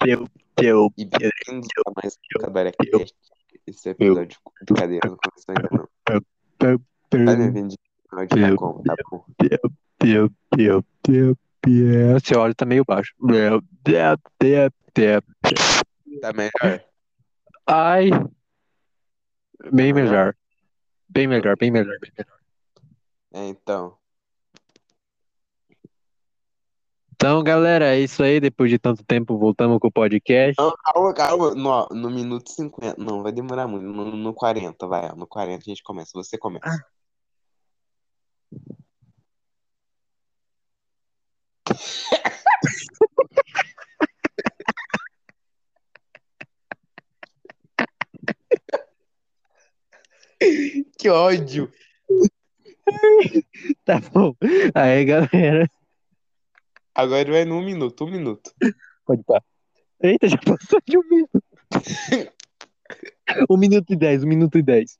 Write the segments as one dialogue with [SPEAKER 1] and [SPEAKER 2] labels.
[SPEAKER 1] Peu, peu,
[SPEAKER 2] E bem-vindos a mais um CabareCast. Esse episódio de brincadeira não começou ainda não.
[SPEAKER 1] peu,
[SPEAKER 2] Tá
[SPEAKER 1] peu,
[SPEAKER 2] me vendo de áudio, tá
[SPEAKER 1] Eu-
[SPEAKER 2] como, tá bom.
[SPEAKER 1] peu, peu, peu, peu. Seu áudio tá meio baixo. Peu, peu, peu, peu.
[SPEAKER 2] Tá melhor?
[SPEAKER 1] Ai. Bem melhor. Bem melhor, bem melhor, bem melhor.
[SPEAKER 2] É, então.
[SPEAKER 1] Então, galera, é isso aí. Depois de tanto tempo, voltamos com o podcast.
[SPEAKER 2] Não, calma, calma. No, no minuto 50. Não, vai demorar muito. No, no 40, vai. ó. No 40 a gente começa. Você
[SPEAKER 1] Ah.
[SPEAKER 2] começa. que ódio!
[SPEAKER 1] Tá bom. Aí, galera.
[SPEAKER 2] Agora vai num minuto, um minuto.
[SPEAKER 1] Pode pá. Eita, já passou de um minuto. um minuto e dez, um minuto e dez.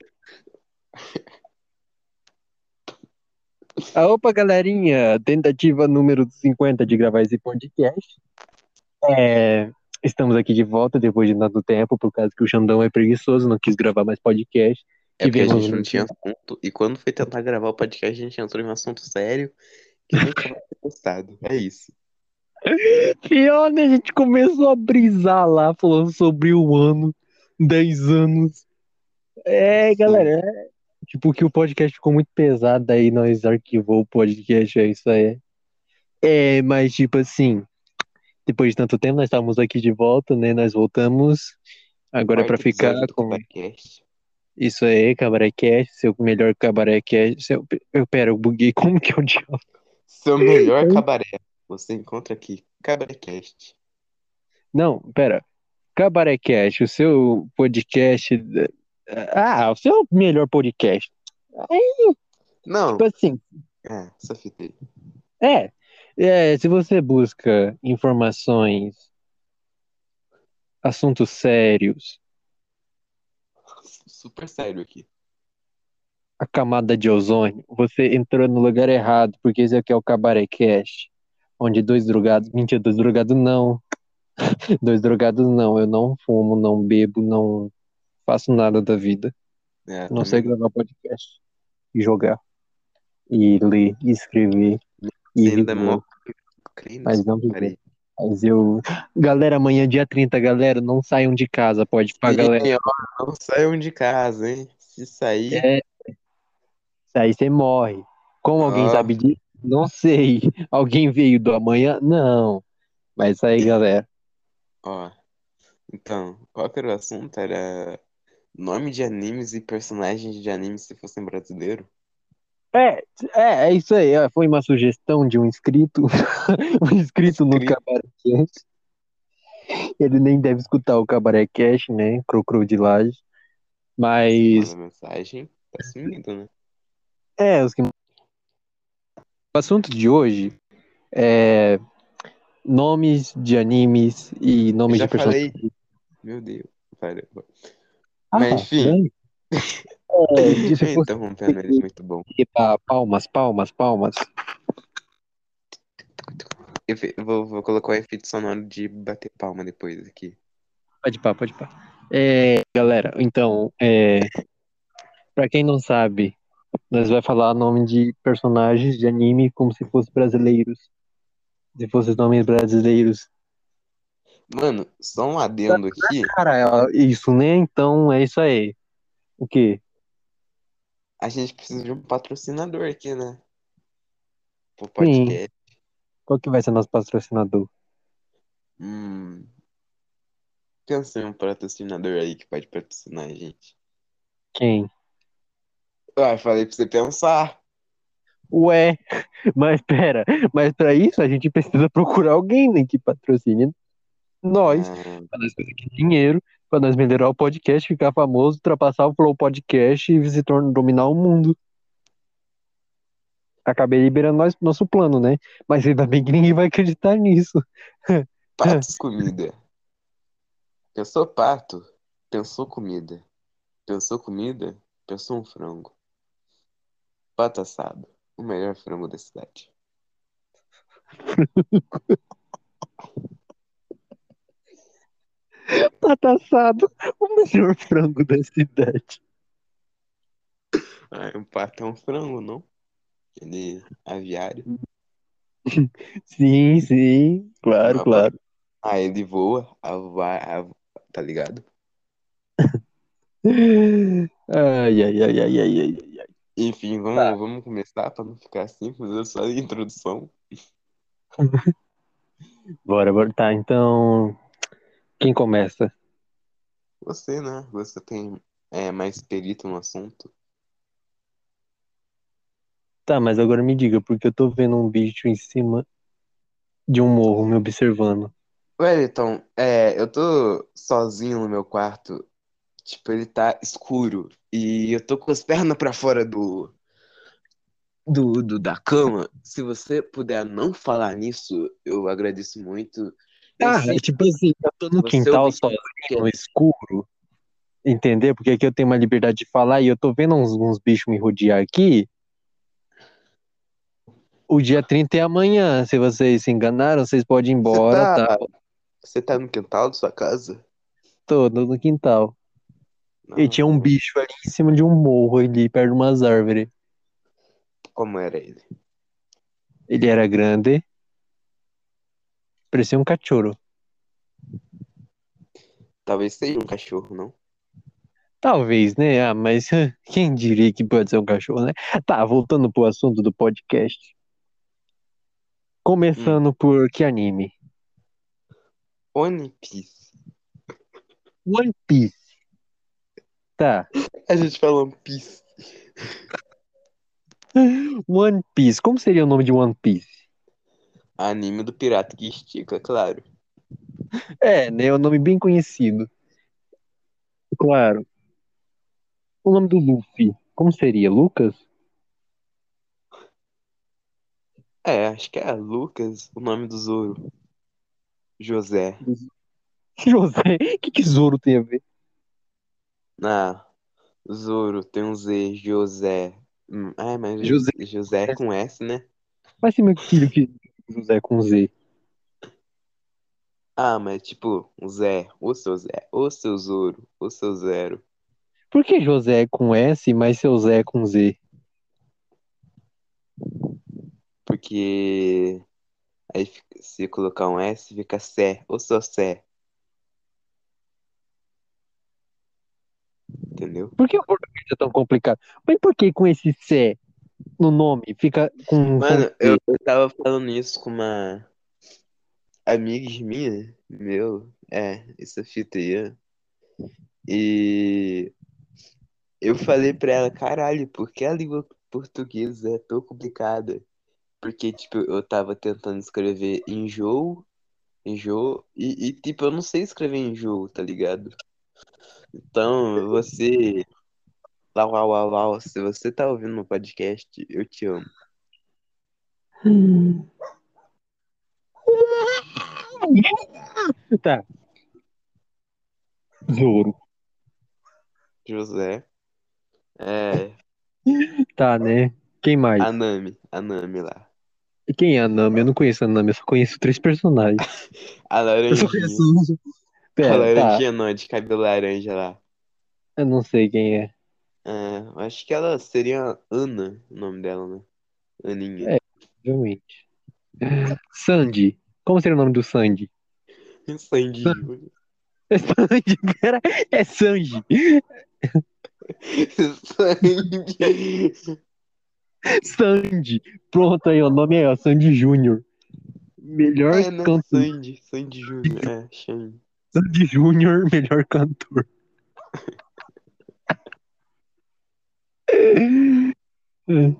[SPEAKER 1] Ah, opa, galerinha. Tentativa número 50 de gravar esse podcast. É, estamos aqui de volta depois de tanto tempo, por causa que o Xandão é preguiçoso, não quis gravar mais podcast.
[SPEAKER 2] É porque a
[SPEAKER 1] vemos
[SPEAKER 2] gente não
[SPEAKER 1] no-
[SPEAKER 2] tinha assunto. E quando foi tentar gravar o podcast, a gente entrou em um assunto sério que nunca vai ser postado. É isso.
[SPEAKER 1] Pior, né? A gente começou a brisar lá, falando sobre o ano, 10 anos. É, galera. É... Tipo, que o podcast ficou muito pesado, daí nós arquivou o podcast, é isso aí. É, mas, tipo assim, depois de tanto tempo, nós estávamos aqui de volta, né? Nós voltamos. Agora é pra
[SPEAKER 2] Quarto
[SPEAKER 1] ficar
[SPEAKER 2] episódio né? do
[SPEAKER 1] com
[SPEAKER 2] podcast.
[SPEAKER 1] isso aí, Cabarecast, seu melhor Cabarecast. Seu... Eu, pera, eu buguei. Como que é o diabo?
[SPEAKER 2] Seu melhor cabaré. Você encontra aqui. Cabarecast.
[SPEAKER 1] Não, pera. Cabarecast, o seu podcast. da- Ah, o seu melhor podcast.
[SPEAKER 2] Não.
[SPEAKER 1] Tipo assim,
[SPEAKER 2] Ah, só fitei.
[SPEAKER 1] é. É, se você busca informações, assuntos sérios,
[SPEAKER 2] Super sério aqui.
[SPEAKER 1] a camada de ozônio, você entrou no lugar errado, porque esse aqui é o Cabarecast, onde dois drogados. Mentira, dois drogados não. Dois drogados não. Eu não fumo, não bebo, não faço nada da vida.
[SPEAKER 2] É,
[SPEAKER 1] Não
[SPEAKER 2] também
[SPEAKER 1] sei gravar podcast. E jogar. E ler, e escrever. E
[SPEAKER 2] Você ainda é
[SPEAKER 1] viver.
[SPEAKER 2] mó assim, crente,
[SPEAKER 1] né? Mas não viver.
[SPEAKER 2] parei.
[SPEAKER 1] Mas eu. Galera, amanhã, dia 30, galera, não saiam de casa, pode pra galera.
[SPEAKER 2] Sim, ó, Não saiam de casa, hein? Se sair,
[SPEAKER 1] É. Isso aí você morre. Como alguém
[SPEAKER 2] Ah.
[SPEAKER 1] sabe disso? Não sei. Alguém veio do amanhã? Não. Mas isso aí, galera.
[SPEAKER 2] ó. Então, qual que era o assunto? Era nome de animes e personagens de animes se fossem brasileiro?
[SPEAKER 1] É, é, é isso aí. ó, Foi uma sugestão de um inscrito. um inscrito no
[SPEAKER 2] Inscrito.
[SPEAKER 1] Cabarecast. Ele nem deve escutar o Cabarecast, né? Crocro de laje. Mas,
[SPEAKER 2] Manda mensagem. Tá sumido, né?
[SPEAKER 1] é, os que... o assunto de hoje é nomes de animes e nomes
[SPEAKER 2] Eu já
[SPEAKER 1] de personagens.
[SPEAKER 2] Meu Deus. Pera.
[SPEAKER 1] Ah,
[SPEAKER 2] Mas, enfim.
[SPEAKER 1] bem. É, se você fosse
[SPEAKER 2] Interrompendo eles, muito bom.
[SPEAKER 1] equipa, palmas, palmas, palmas.
[SPEAKER 2] Eu fe- vou, vou colocar o efeito sonoro de bater palma depois aqui.
[SPEAKER 1] Pode pá, pode pá. É, galera, então, é, pra quem não sabe, nós vai falar nome de personagens de anime como se fossem brasileiros. Se fossem nomes brasileiros.
[SPEAKER 2] Mano, só um adendo aqui.
[SPEAKER 1] Cara, é isso, né? Então é isso aí. O quê?
[SPEAKER 2] A gente precisa de um patrocinador aqui, né? Pro podcast.
[SPEAKER 1] Qual que vai ser nosso patrocinador?
[SPEAKER 2] Hum. Pensa em um patrocinador aí que pode patrocinar a gente.
[SPEAKER 1] Quem?
[SPEAKER 2] Ah, falei pra você pensar.
[SPEAKER 1] Ué, mas pera, mas pra isso a gente precisa procurar alguém né, que patrocine nós.
[SPEAKER 2] Ah,
[SPEAKER 1] Pra nós conseguir dinheiro, pra nós melhorar o podcast, ficar famoso, ultrapassar o Flow Podcast e se tornar, dominar o mundo. Acabei liberando nós- nosso plano, né? Mas ainda bem que ninguém vai acreditar nisso.
[SPEAKER 2] patos comida. Pensou pato? Pensou comida. Pensou comida? Pensou um frango. Pato assado. O melhor frango da cidade.
[SPEAKER 1] Pata assado, Tá o melhor frango da cidade.
[SPEAKER 2] Ah, um pato é um frango, não? Ele é aviário.
[SPEAKER 1] Sim, sim, claro, claro.
[SPEAKER 2] Ah, ele voa, ava- ava- tá ligado?
[SPEAKER 1] Ai, ai, ai, ai, ai, ai. ai.
[SPEAKER 2] Enfim, vamos,
[SPEAKER 1] Tá.
[SPEAKER 2] vamos começar pra não ficar assim, fazer só a introdução.
[SPEAKER 1] Bora, bora. Tá, então. Quem começa?
[SPEAKER 2] Você, né? Você tem é, mais perito no assunto.
[SPEAKER 1] Tá, mas agora me diga, porque eu tô vendo um bicho em cima de um morro me observando.
[SPEAKER 2] Wellington, é, eu tô sozinho no meu quarto. Tipo, ele tá escuro. E eu tô com as pernas pra fora do, do, do- da cama. Se você puder não falar nisso, eu agradeço muito. Eu
[SPEAKER 1] Cara,
[SPEAKER 2] sei que
[SPEAKER 1] tipo assim, eu tô no
[SPEAKER 2] você
[SPEAKER 1] quintal
[SPEAKER 2] ouviu-
[SPEAKER 1] sozinho, no escuro, entendeu? Porque aqui eu tenho uma liberdade de falar e eu tô vendo uns, uns bichos me rodear aqui. O dia 30 é amanhã. Se vocês se enganaram, vocês podem ir
[SPEAKER 2] Você
[SPEAKER 1] embora,
[SPEAKER 2] tá,
[SPEAKER 1] tá?
[SPEAKER 2] você tá no quintal da sua casa?
[SPEAKER 1] Tô no no quintal.
[SPEAKER 2] Não.
[SPEAKER 1] E tinha um bicho ali em cima de um morro ali, perto de umas árvores.
[SPEAKER 2] Como era ele?
[SPEAKER 1] Ele era grande, parecia um cachorro.
[SPEAKER 2] Talvez seja um cachorro, não?
[SPEAKER 1] Talvez, né? Ah, mas quem diria que pode ser um cachorro, né? Tá, voltando pro assunto do podcast. Começando por que anime?
[SPEAKER 2] One Piece.
[SPEAKER 1] One Piece. Tá.
[SPEAKER 2] A gente fala One Piece.
[SPEAKER 1] One Piece. Como seria o nome de One Piece?
[SPEAKER 2] Anime do pirata que estica, claro.
[SPEAKER 1] É, né? É um nome bem conhecido. Claro. O nome do Luffy. Como seria? Lucas?
[SPEAKER 2] É, acho que é Lucas, o nome do Zoro. José.
[SPEAKER 1] José. O que, que Zoro tem a ver?
[SPEAKER 2] Ah, Zoro tem um Z, José. Hum, ah, mas
[SPEAKER 1] José.
[SPEAKER 2] José é com S, né?
[SPEAKER 1] Mas se meu filho que José com Z.
[SPEAKER 2] Ah, mas tipo, o Zé, o seu Zé, o seu Zoro, o seu Zero.
[SPEAKER 1] Por que José é com S, mas seu Zé é com Z?
[SPEAKER 2] Porque aí fica- se colocar um S fica Sé, o seu Sé. Entendeu?
[SPEAKER 1] Por que o português é tão complicado? Mas por que com esse C no nome fica com, com
[SPEAKER 2] Mano,
[SPEAKER 1] C?
[SPEAKER 2] eu, eu tava falando isso com uma amiga minha, meu, é, essa fita aí, ó. E eu falei pra ela, caralho, por que a língua portuguesa é tão complicada? Porque, tipo, eu tava tentando escrever enjoo, enjoo, e, e, tipo, eu não sei escrever enjoo, tá ligado? Então, você, lá, lá, lá, lá, se você tá ouvindo no podcast, eu te amo.
[SPEAKER 1] Tá. Zoro.
[SPEAKER 2] José, é,
[SPEAKER 1] Tá, né? Quem mais?
[SPEAKER 2] Ah. Anami, Anami lá.
[SPEAKER 1] Quem é a Nami? Eu não conheço a Nami, eu só conheço três personagens.
[SPEAKER 2] A
[SPEAKER 1] Eu só
[SPEAKER 2] laranjinha.
[SPEAKER 1] conheço um.
[SPEAKER 2] A
[SPEAKER 1] Pera, tá.
[SPEAKER 2] laranjinha não, de cabelo laranja lá.
[SPEAKER 1] Eu não sei quem é.
[SPEAKER 2] É, acho que ela seria Ana, o nome dela, né? Aninha.
[SPEAKER 1] É. Realmente. Sandy. Como seria o nome do Sandy?
[SPEAKER 2] Sandy Júnior.
[SPEAKER 1] É Sandy, pera. É Sanji.
[SPEAKER 2] Sandy.
[SPEAKER 1] Sandy. Pronto aí, o nome é ó, Sandy Júnior. Melhor
[SPEAKER 2] É, né?
[SPEAKER 1] cantor.
[SPEAKER 2] Sandy, Sandy Júnior. É, Shane.
[SPEAKER 1] Sandy Júnior, melhor cantor.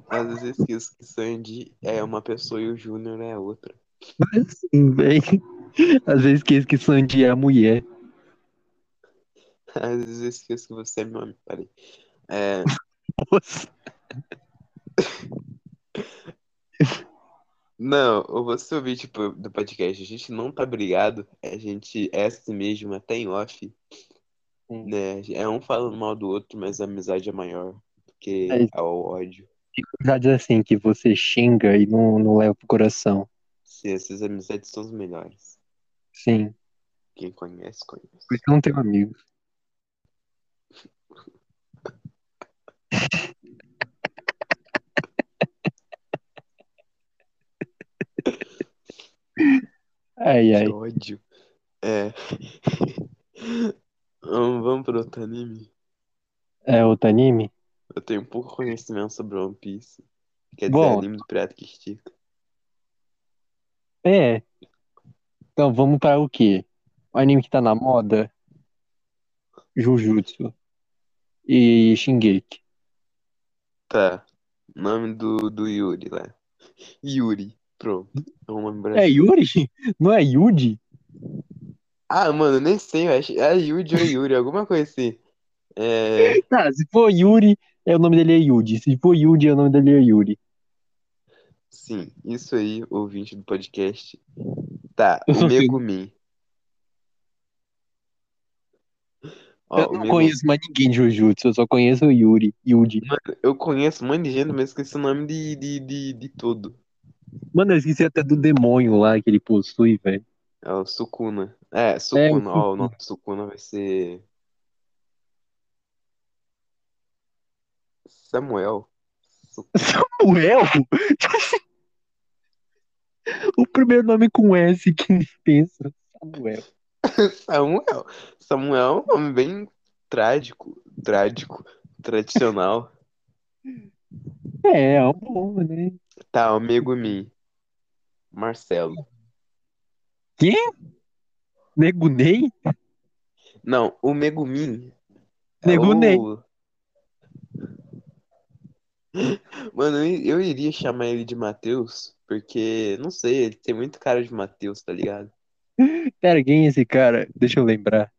[SPEAKER 2] Às vezes eu esqueço que Sandy é uma pessoa e o Júnior é outra.
[SPEAKER 1] Sim, assim, véi. Às vezes esqueço que Sandy é a mulher.
[SPEAKER 2] Às vezes eu esqueço que você é meu amigo. Peraí. É,
[SPEAKER 1] Nossa.
[SPEAKER 2] não, ou você ouvir, tipo, do podcast, a gente não tá brigado, a gente é assim mesmo, até em off,
[SPEAKER 1] Sim.
[SPEAKER 2] né? É um falando mal do outro, mas a amizade é maior do que
[SPEAKER 1] É isso.
[SPEAKER 2] o ódio.
[SPEAKER 1] Amizades assim que você xinga e não, não leva pro coração.
[SPEAKER 2] Sim, essas amizades são as melhores.
[SPEAKER 1] Sim.
[SPEAKER 2] Quem conhece, conhece.
[SPEAKER 1] Por isso eu não tenho amigos. Ai, ai.
[SPEAKER 2] Que ódio. É. Hum, Vamos para outro anime.
[SPEAKER 1] É outro anime?
[SPEAKER 2] Eu tenho pouco conhecimento sobre One Piece. Quer dizer,
[SPEAKER 1] Bom.
[SPEAKER 2] anime do pirata que estica.
[SPEAKER 1] É. Então vamos para o quê? O anime que tá na moda? Jujutsu. E Shingeki.
[SPEAKER 2] Tá. Nome do, do Yuri lá. Yuri. Pronto. É um nome
[SPEAKER 1] É
[SPEAKER 2] brasileiro.
[SPEAKER 1] Yuri? Não é Yudi?
[SPEAKER 2] Ah, mano, eu nem sei. Eu acho... É Yuri ou Yuri, alguma coisa assim. É.
[SPEAKER 1] Tá, se for Yuri, é, o nome dele é Yudi. Se for Yudi, é, o nome dele é Yuri.
[SPEAKER 2] Sim, isso aí, ouvinte do podcast. Tá,
[SPEAKER 1] Eu
[SPEAKER 2] o
[SPEAKER 1] sou filho.
[SPEAKER 2] Megumin. Ó,
[SPEAKER 1] Eu
[SPEAKER 2] o
[SPEAKER 1] não
[SPEAKER 2] Megumin-
[SPEAKER 1] conheço mais ninguém de Jujutsu, eu só conheço o Yuri. Yudi.
[SPEAKER 2] Eu conheço um monte de gente, mas esqueci o nome de, de, de, de todo.
[SPEAKER 1] Mano, eu esqueci até do demônio lá que ele possui, velho.
[SPEAKER 2] É o Sukuna. É, Sukuna. Ó, o
[SPEAKER 1] Sukuna.
[SPEAKER 2] nome do Sukuna vai ser. Samuel. Su-
[SPEAKER 1] Samuel? O primeiro nome com S que me pensa. Samuel.
[SPEAKER 2] Samuel. Samuel é um nome bem trágico. Trágico. Tradicional.
[SPEAKER 1] É, é um bom, né?
[SPEAKER 2] Tá, o Megumin. Marcelo.
[SPEAKER 1] Negunei?
[SPEAKER 2] Não, o Megumin. é
[SPEAKER 1] Negunei.
[SPEAKER 2] o- Mano, eu eu iria chamar ele de Matheus, porque, não sei, ele tem muito cara de Matheus, tá ligado?
[SPEAKER 1] Pera, quem é esse cara? Deixa eu lembrar.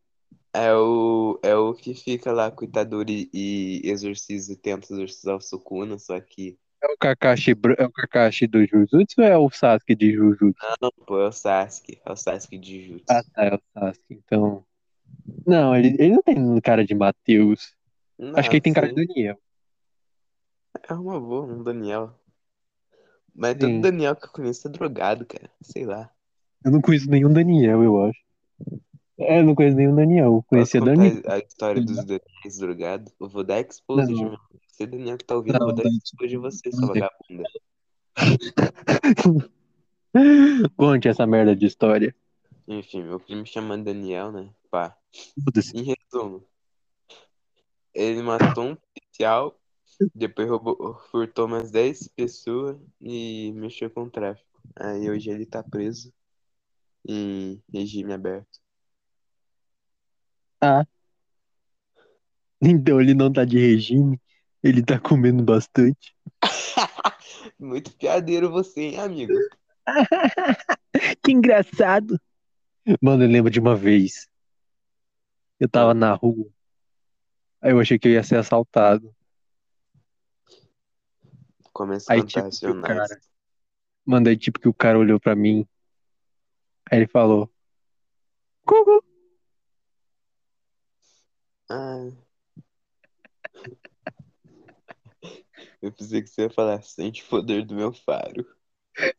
[SPEAKER 2] É o, é o que fica lá, cuidador e, e exorciza, e tenta exorcizar o Sukuna, só que.
[SPEAKER 1] É o Kakashi, br- é o Kakashi do Jujutsu ou é o Sasuke de Jujutsu?
[SPEAKER 2] Não, pô, é o Sasuke, é o Sasuke de Jutsu.
[SPEAKER 1] Ah, tá, é o Sasuke, então. Não, ele, ele não tem cara de Matheus.
[SPEAKER 2] Não,
[SPEAKER 1] Acho que ele tem cara de
[SPEAKER 2] sei,
[SPEAKER 1] Daniel.
[SPEAKER 2] é uma boa, um Daniel. Mas é
[SPEAKER 1] Sim.
[SPEAKER 2] todo Daniel que eu conheço é drogado, cara, sei lá.
[SPEAKER 1] Eu não conheço nenhum Daniel, eu acho. É, eu não conheço nenhum Daniel. Eu
[SPEAKER 2] Posso
[SPEAKER 1] Conhecia
[SPEAKER 2] contar
[SPEAKER 1] Daniel.
[SPEAKER 2] a história dos Daniels drogados? Eu vou dar expose de
[SPEAKER 1] Não,
[SPEAKER 2] mim. Você, Daniel, que tá ouvindo, eu
[SPEAKER 1] não,
[SPEAKER 2] vou dar
[SPEAKER 1] não.
[SPEAKER 2] expose de você, sua vagabunda.
[SPEAKER 1] Conte essa merda de história.
[SPEAKER 2] Enfim, meu primo chama Daniel, né? Pá.
[SPEAKER 1] Foda-se.
[SPEAKER 2] Em resumo, ele matou um policial, depois roubou, furtou umas 10 pessoas e mexeu com o tráfico. Aí hoje ele tá preso em regime aberto.
[SPEAKER 1] Ah, então ele não tá de regime. Ele tá comendo bastante.
[SPEAKER 2] Muito piadeiro você, hein, amigo?
[SPEAKER 1] Que engraçado. Mano, eu lembro de uma vez. Eu tava
[SPEAKER 2] Ah.
[SPEAKER 1] na rua. Aí eu achei que eu ia ser assaltado.
[SPEAKER 2] Começa a
[SPEAKER 1] Aí, tipo, que
[SPEAKER 2] cantar
[SPEAKER 1] o
[SPEAKER 2] racionais.
[SPEAKER 1] cara. Mano, aí, tipo, que o cara olhou pra mim. Aí ele falou: Cucu.
[SPEAKER 2] Ah, eu pensei que você ia falar, sente o poder do meu faro.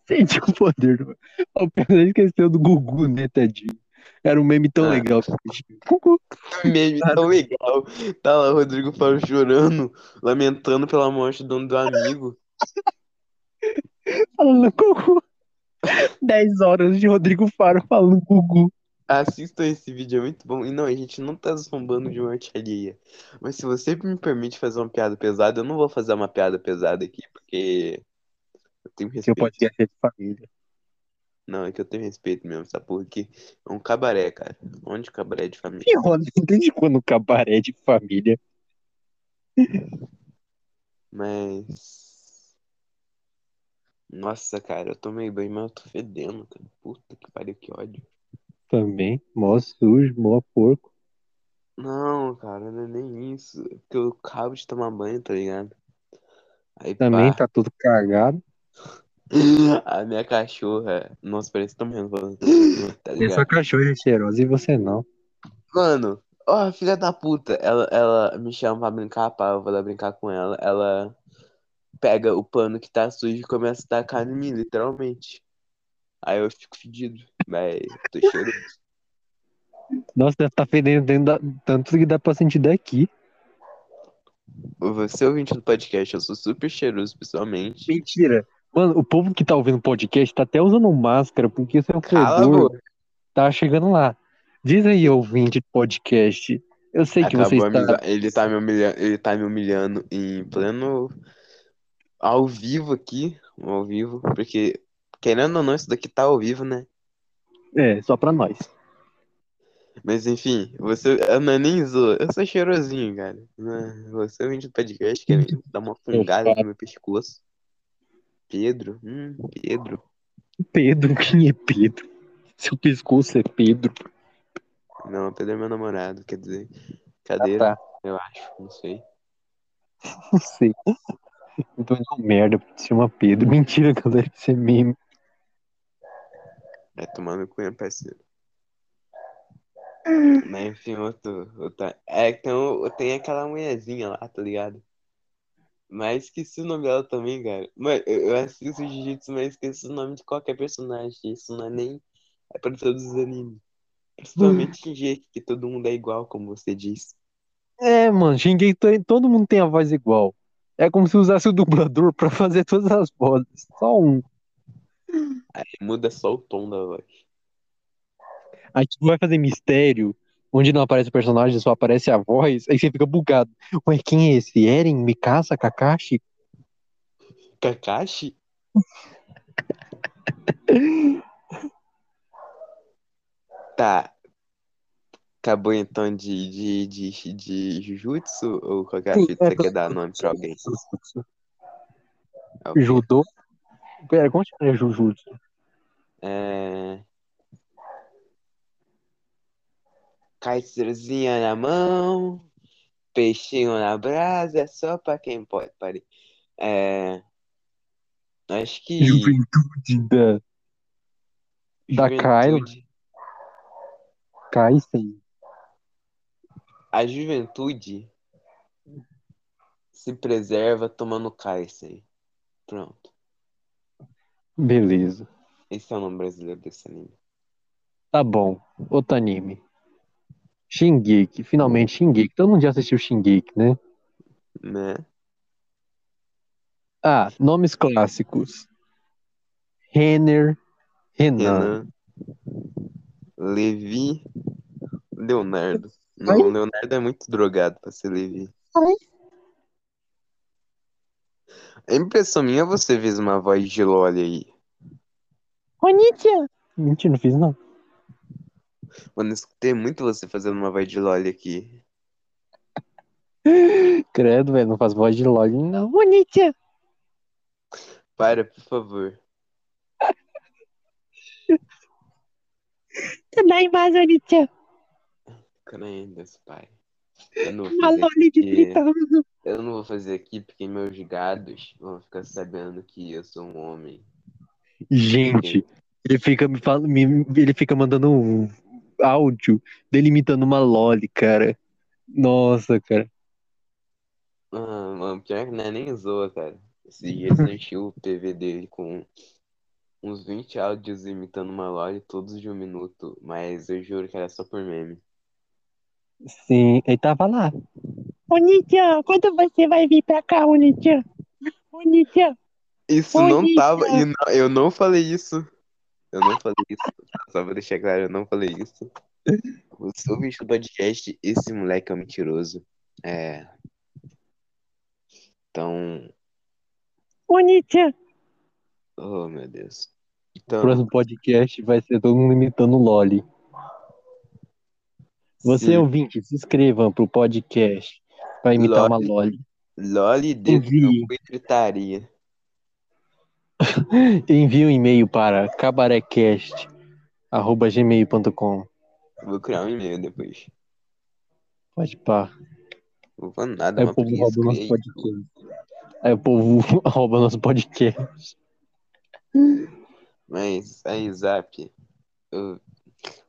[SPEAKER 1] Sente o poder do. O Pedro esqueceu do Gugu, né, tadinho? Era um meme tão
[SPEAKER 2] Ah.
[SPEAKER 1] legal. que eu achei. Gugu.
[SPEAKER 2] Meme tão legal. Tá lá o Rodrigo Faro chorando, lamentando pela morte do dono do amigo.
[SPEAKER 1] Falando Gugu. 10 horas de Rodrigo Faro falando Gugu.
[SPEAKER 2] Assistam esse vídeo, é muito bom. E não, a gente não tá zombando de morte alheia. Mas se você me permite fazer uma piada pesada, eu não vou fazer uma piada pesada aqui, porque eu tenho
[SPEAKER 1] Seu
[SPEAKER 2] respeito.
[SPEAKER 1] podcast é de família.
[SPEAKER 2] Não, é que eu tenho respeito mesmo, essa porra aqui. É um cabaré, cara. Onde cabaré de família?
[SPEAKER 1] Que roda desde quando o cabaré é de família?
[SPEAKER 2] Mas. Nossa, cara, eu tomei banho, mas eu tô fedendo, cara. Puta que pariu, que ódio.
[SPEAKER 1] Também. Mó sujo, mó porco.
[SPEAKER 2] Não, cara, não é nem isso. É porque eu acabo de tomar banho, tá ligado? Aí
[SPEAKER 1] Também
[SPEAKER 2] pá.
[SPEAKER 1] tá tudo cagado.
[SPEAKER 2] A minha cachorra. Nossa, parece que tá morrendo falando. Tá
[SPEAKER 1] E sua
[SPEAKER 2] ligado?
[SPEAKER 1] cachorra é cheirosa e você não.
[SPEAKER 2] Mano, ó, filha da puta. Ela, ela me chama pra brincar, pá. Eu vou lá brincar com ela. Ela pega o pano que tá sujo e começa a tacar em mim, literalmente. Aí eu fico fedido. Mas tô cheiroso.
[SPEAKER 1] Nossa, deve estar fedendo dentro da... tanto que dá pra sentir daqui.
[SPEAKER 2] Você ouvinte do podcast, eu sou super cheiroso, pessoalmente.
[SPEAKER 1] Mentira. Mano, o povo que tá ouvindo o podcast tá até usando máscara, porque isso é um
[SPEAKER 2] Cala a
[SPEAKER 1] fedor.
[SPEAKER 2] boca.
[SPEAKER 1] Tá chegando lá. Diz aí, ouvinte do podcast. Eu sei que você
[SPEAKER 2] Acabou a
[SPEAKER 1] está.
[SPEAKER 2] amizade. Ele tá me humilhando, ele tá me humilhando em pleno ao vivo aqui, ao vivo, porque querendo ou não, isso daqui tá ao vivo, né?
[SPEAKER 1] É, só pra nós.
[SPEAKER 2] Mas enfim, você eu não é nem zoa, eu sou cheirosinho, cara. Né? Você vem do podcast quer me dar uma fungada no meu pescoço. Pedro, hum, Pedro.
[SPEAKER 1] Pedro, quem é Pedro? Seu pescoço é Pedro.
[SPEAKER 2] Não, Pedro é meu namorado, quer dizer,
[SPEAKER 1] Ah,
[SPEAKER 2] cadeira,
[SPEAKER 1] tá.
[SPEAKER 2] eu acho, não sei.
[SPEAKER 1] Não sei. Então é uma merda, porque se chama Pedro. Mentira, galera, isso é meme.
[SPEAKER 2] Vai tomar no cu, né, parceiro. Mas enfim, outro, outra. É, então tem aquela mulherzinha lá, tá ligado? Mas esqueci o nome dela também, cara. Mano, eu, eu assisto Jiu-Jitsu, mas esqueci o nome de qualquer personagem. Isso não é nem. É pra todos os animes. Principalmente Shingeki, que todo mundo é igual, como você diz.
[SPEAKER 1] É, mano, Shingeki, to- todo mundo tem a voz igual. É como se usasse o dublador pra fazer todas as vozes. Só um.
[SPEAKER 2] Muda só o tom da voz.
[SPEAKER 1] Aí tu vai fazer mistério, onde não aparece o personagem, só aparece a voz, aí você fica bugado. Ué, quem é esse? Eren? Mikasa? Kakashi?
[SPEAKER 2] Kakashi? Tá. Acabou então de, de, de, de Jujutsu ou qualquer
[SPEAKER 1] Sim,
[SPEAKER 2] fita
[SPEAKER 1] é,
[SPEAKER 2] você quer dar nome pra alguém? Alguém?
[SPEAKER 1] Judô? Pera, como chama Jujutsu?
[SPEAKER 2] É... Kaiserzinha na mão, peixinho na brasa, é só pra quem pode, parei. É... Acho que
[SPEAKER 1] Juventude da da Kyla.
[SPEAKER 2] juventude-
[SPEAKER 1] Kaisen.
[SPEAKER 2] a juventude se preserva tomando Kaiser. Pronto.
[SPEAKER 1] Beleza.
[SPEAKER 2] Esse é o nome brasileiro desse anime.
[SPEAKER 1] Tá bom. Outro anime. Shingeki. Finalmente Shingeki. Todo mundo já assistiu Shingeki, né?
[SPEAKER 2] Né?
[SPEAKER 1] Ah, nomes clássicos. Renner. Renan.
[SPEAKER 2] Renan, Levi, Leonardo.
[SPEAKER 1] Ai.
[SPEAKER 2] Não, Leonardo é muito drogado pra ser Levi.
[SPEAKER 1] Ai.
[SPEAKER 2] A impressão minha é você fez uma voz de Loli aí.
[SPEAKER 1] Konnichiwa. Mentira, não fiz não.
[SPEAKER 2] Mano, eu escutei muito você fazendo uma voz de Loli aqui.
[SPEAKER 1] Credo, velho. Não faz voz de log, não. Konnichiwa.
[SPEAKER 2] Para, por favor.
[SPEAKER 1] Tadaimasu, Konnichiwa.
[SPEAKER 2] Caralho, Deus, pai. É Eu não vou fazer
[SPEAKER 1] Malone de
[SPEAKER 2] aqui.
[SPEAKER 1] 30 anos.
[SPEAKER 2] Eu não vou fazer aqui porque meus gados vão ficar sabendo que eu sou um homem.
[SPEAKER 1] Gente, ele fica me falando, me- ele fica mandando um áudio delimitando uma loli, cara. Nossa, cara.
[SPEAKER 2] Ah, mano, pior que não é nem zoa, cara. Esse dia eu enchi o PV dele com uns 20 áudios imitando uma loja, todos de um minuto. Mas eu juro que era só por meme.
[SPEAKER 1] Sim, ele tava lá. Onitia, quando você vai vir pra cá, Onitia? Onitia.
[SPEAKER 2] Isso
[SPEAKER 1] Ô,
[SPEAKER 2] não
[SPEAKER 1] Nick,
[SPEAKER 2] tava. e não- eu não falei isso. Eu não falei isso. Só pra deixar claro, eu não falei isso. Eu sou o bicho do podcast, esse moleque é um mentiroso. É. Então.
[SPEAKER 1] Onitia.
[SPEAKER 2] Oh, meu Deus.
[SPEAKER 1] O
[SPEAKER 2] Então,
[SPEAKER 1] próximo podcast vai ser todo mundo imitando loli. Você é um
[SPEAKER 2] sim,
[SPEAKER 1] ouvinte, se inscrevam pro podcast pra imitar uma loli.
[SPEAKER 2] Loli
[SPEAKER 1] um
[SPEAKER 2] deu
[SPEAKER 1] Envie.
[SPEAKER 2] gritaria.
[SPEAKER 1] Envie um e-mail para cabarecast@gmail.com.
[SPEAKER 2] Vou criar um e-mail depois.
[SPEAKER 1] Pode pá.
[SPEAKER 2] Não vou nada,
[SPEAKER 1] Aí
[SPEAKER 2] uma
[SPEAKER 1] o povo
[SPEAKER 2] preguiça
[SPEAKER 1] rouba o nosso
[SPEAKER 2] que é
[SPEAKER 1] podcast. Aí o povo rouba o nosso podcast.
[SPEAKER 2] Mas aí, Zap, eu-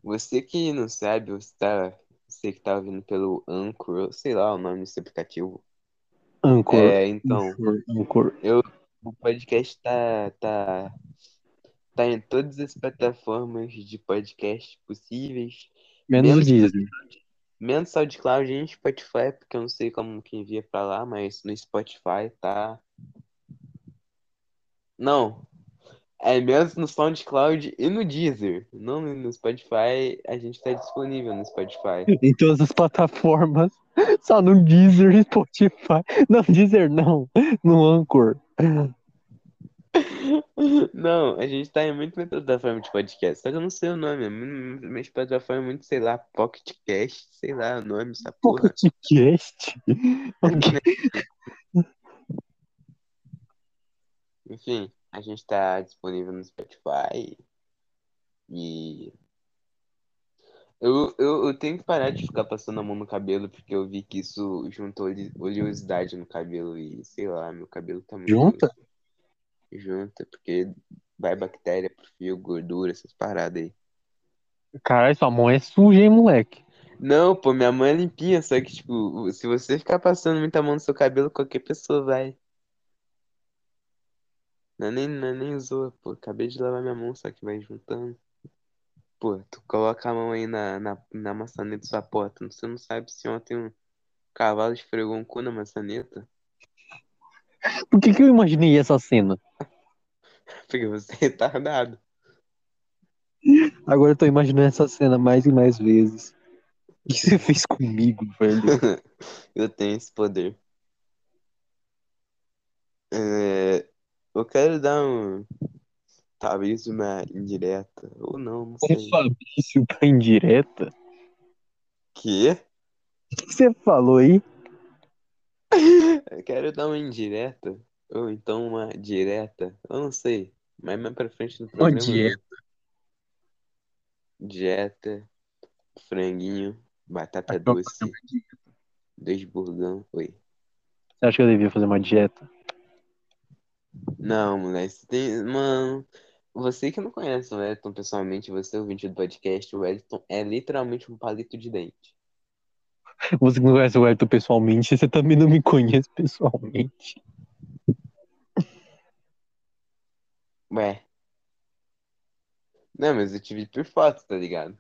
[SPEAKER 2] você que não sabe, você, tá... você que tá ouvindo pelo Anchor, eu sei lá o nome desse aplicativo.
[SPEAKER 1] Anchor.
[SPEAKER 2] É, então,
[SPEAKER 1] Anchor, Anchor.
[SPEAKER 2] o podcast tá, tá, tá em todas as plataformas de podcast possíveis.
[SPEAKER 1] Menos o
[SPEAKER 2] Menos-
[SPEAKER 1] Disney.
[SPEAKER 2] Menos SoundCloud e Spotify, porque eu não sei como que envia pra lá, mas no Spotify tá. Não. É menos no SoundCloud e no Deezer. Não no Spotify, a gente tá disponível no Spotify.
[SPEAKER 1] Em todas as plataformas. Só no Deezer e Spotify. Não, Deezer não. No Anchor.
[SPEAKER 2] Não, a gente tá em muita plataforma de podcast, só que eu não sei o nome. é mu- Minha plataforma é muito, sei lá, Pocket Cast, sei lá o nome, essa porra.
[SPEAKER 1] Podcast. Ok.
[SPEAKER 2] Enfim, a gente tá disponível no Spotify. E. Eu, eu, eu tenho que parar de ficar passando a mão no cabelo, porque eu vi que isso juntou oli- oleosidade no cabelo e sei lá, meu cabelo tá muito.
[SPEAKER 1] Junta?
[SPEAKER 2] Junta, porque vai bactéria pro fio, gordura, essas paradas aí.
[SPEAKER 1] Caralho, sua mão é suja, hein, moleque?
[SPEAKER 2] Não, pô, minha mão é limpinha, só que, tipo, se você ficar passando muita mão no seu cabelo, qualquer pessoa vai. Não é nem, não é nem zoa, pô. Acabei de lavar minha mão, só que vai juntando. Pô, tu coloca a mão aí na, na, na maçaneta da sua porta. Você não sabe se ontem um cavalo esfregou um cu na maçaneta?
[SPEAKER 1] Por que, que eu imaginei essa cena?
[SPEAKER 2] Porque você é retardado.
[SPEAKER 1] Agora eu tô imaginando essa cena mais e mais vezes. O que você fez comigo, velho?
[SPEAKER 2] Eu tenho esse poder. É, eu quero dar um. Talvez uma indireta. Ou não, não
[SPEAKER 1] Um
[SPEAKER 2] sei.
[SPEAKER 1] Fabrício tá pra indireta?
[SPEAKER 2] Quê?
[SPEAKER 1] O que você falou aí?
[SPEAKER 2] Eu quero dar uma indireta. Ou então uma direta. Eu não sei. Mas mais pra frente no programa. né? eu
[SPEAKER 1] dieta.
[SPEAKER 2] vejo. Dieta. Franguinho. Batata
[SPEAKER 1] Acho que eu vou
[SPEAKER 2] doce. Dois burgão. Oi.
[SPEAKER 1] Você acha que eu devia fazer uma dieta?
[SPEAKER 2] Não, moleque. Você tem... Mano. Você que não conhece o Wellington pessoalmente, você é ouvinte do podcast, o Wellington é literalmente um palito de dente.
[SPEAKER 1] Você que não conhece o Elton pessoalmente, você também não me conhece pessoalmente.
[SPEAKER 2] Ué. Não, mas eu tive por foto, tá ligado?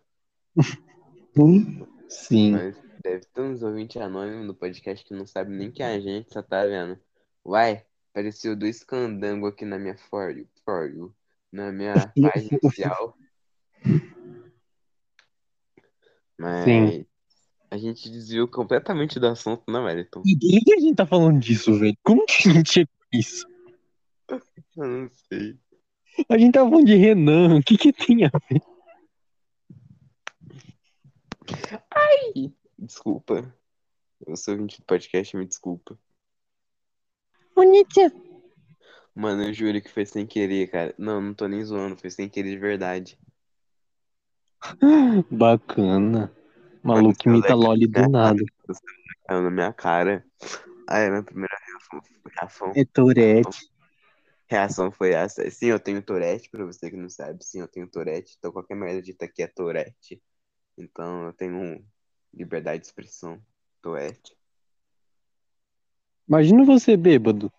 [SPEAKER 1] Sim.
[SPEAKER 2] Mas deve ter uns ouvintes anônimos do podcast que não sabem nem que é a gente só tá vendo. Uai, apareceu dois candangos aqui na minha For You, for you, na minha página inicial. Mas
[SPEAKER 1] Sim.
[SPEAKER 2] a gente desviou completamente do assunto, né, Wellington?
[SPEAKER 1] E por que a gente tá falando disso, velho? Como que a gente chegou nisso?
[SPEAKER 2] Eu não sei.
[SPEAKER 1] A gente tá falando de Renan. O que que tem a ver?
[SPEAKER 2] Desculpa. Eu sou ouvinte do podcast, me desculpa.
[SPEAKER 1] Bonita.
[SPEAKER 2] Mano, eu juro que foi sem querer, cara. Não, não tô nem zoando, foi sem querer de verdade.
[SPEAKER 1] Bacana. Maluco
[SPEAKER 2] Mano,
[SPEAKER 1] imita
[SPEAKER 2] moleque,
[SPEAKER 1] Loli do
[SPEAKER 2] né?
[SPEAKER 1] nada.
[SPEAKER 2] Caiu na minha cara. Aí a minha primeira reação, reação
[SPEAKER 1] É Tourette.
[SPEAKER 2] reação foi essa. Sim, eu tenho Tourette, pra você que não sabe. Sim, eu tenho Tourette. Então qualquer merda dita aqui é Tourette. Então eu tenho liberdade de expressão. Tourette.
[SPEAKER 1] Imagina você bêbado.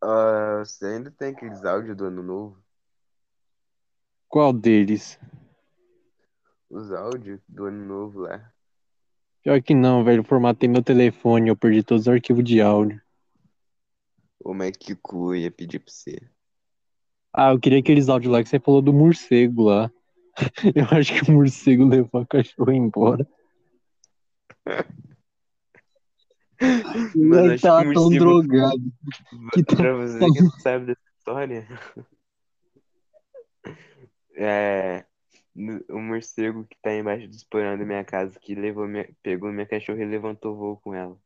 [SPEAKER 2] Ah, você ainda tem aqueles áudios do ano novo?
[SPEAKER 1] Qual deles?
[SPEAKER 2] Os áudios do ano novo lá.
[SPEAKER 1] Pior que não, velho. Formatei meu telefone. Eu perdi todos os arquivos de áudio.
[SPEAKER 2] é O Mac ia pedir pra você.
[SPEAKER 1] Ah, eu queria aqueles áudios lá que você falou do morcego lá. Eu acho que o morcego levou a cachorra embora.
[SPEAKER 2] Mano,
[SPEAKER 1] Ele
[SPEAKER 2] acho que
[SPEAKER 1] tá
[SPEAKER 2] o
[SPEAKER 1] tão
[SPEAKER 2] morcego-
[SPEAKER 1] drogado. Que tá-
[SPEAKER 2] Pra você assim, que não sabe dessa história, é, no- o morcego que tá embaixo do porão da minha casa que levou minha, pegou minha cachorra e levantou voo com ela.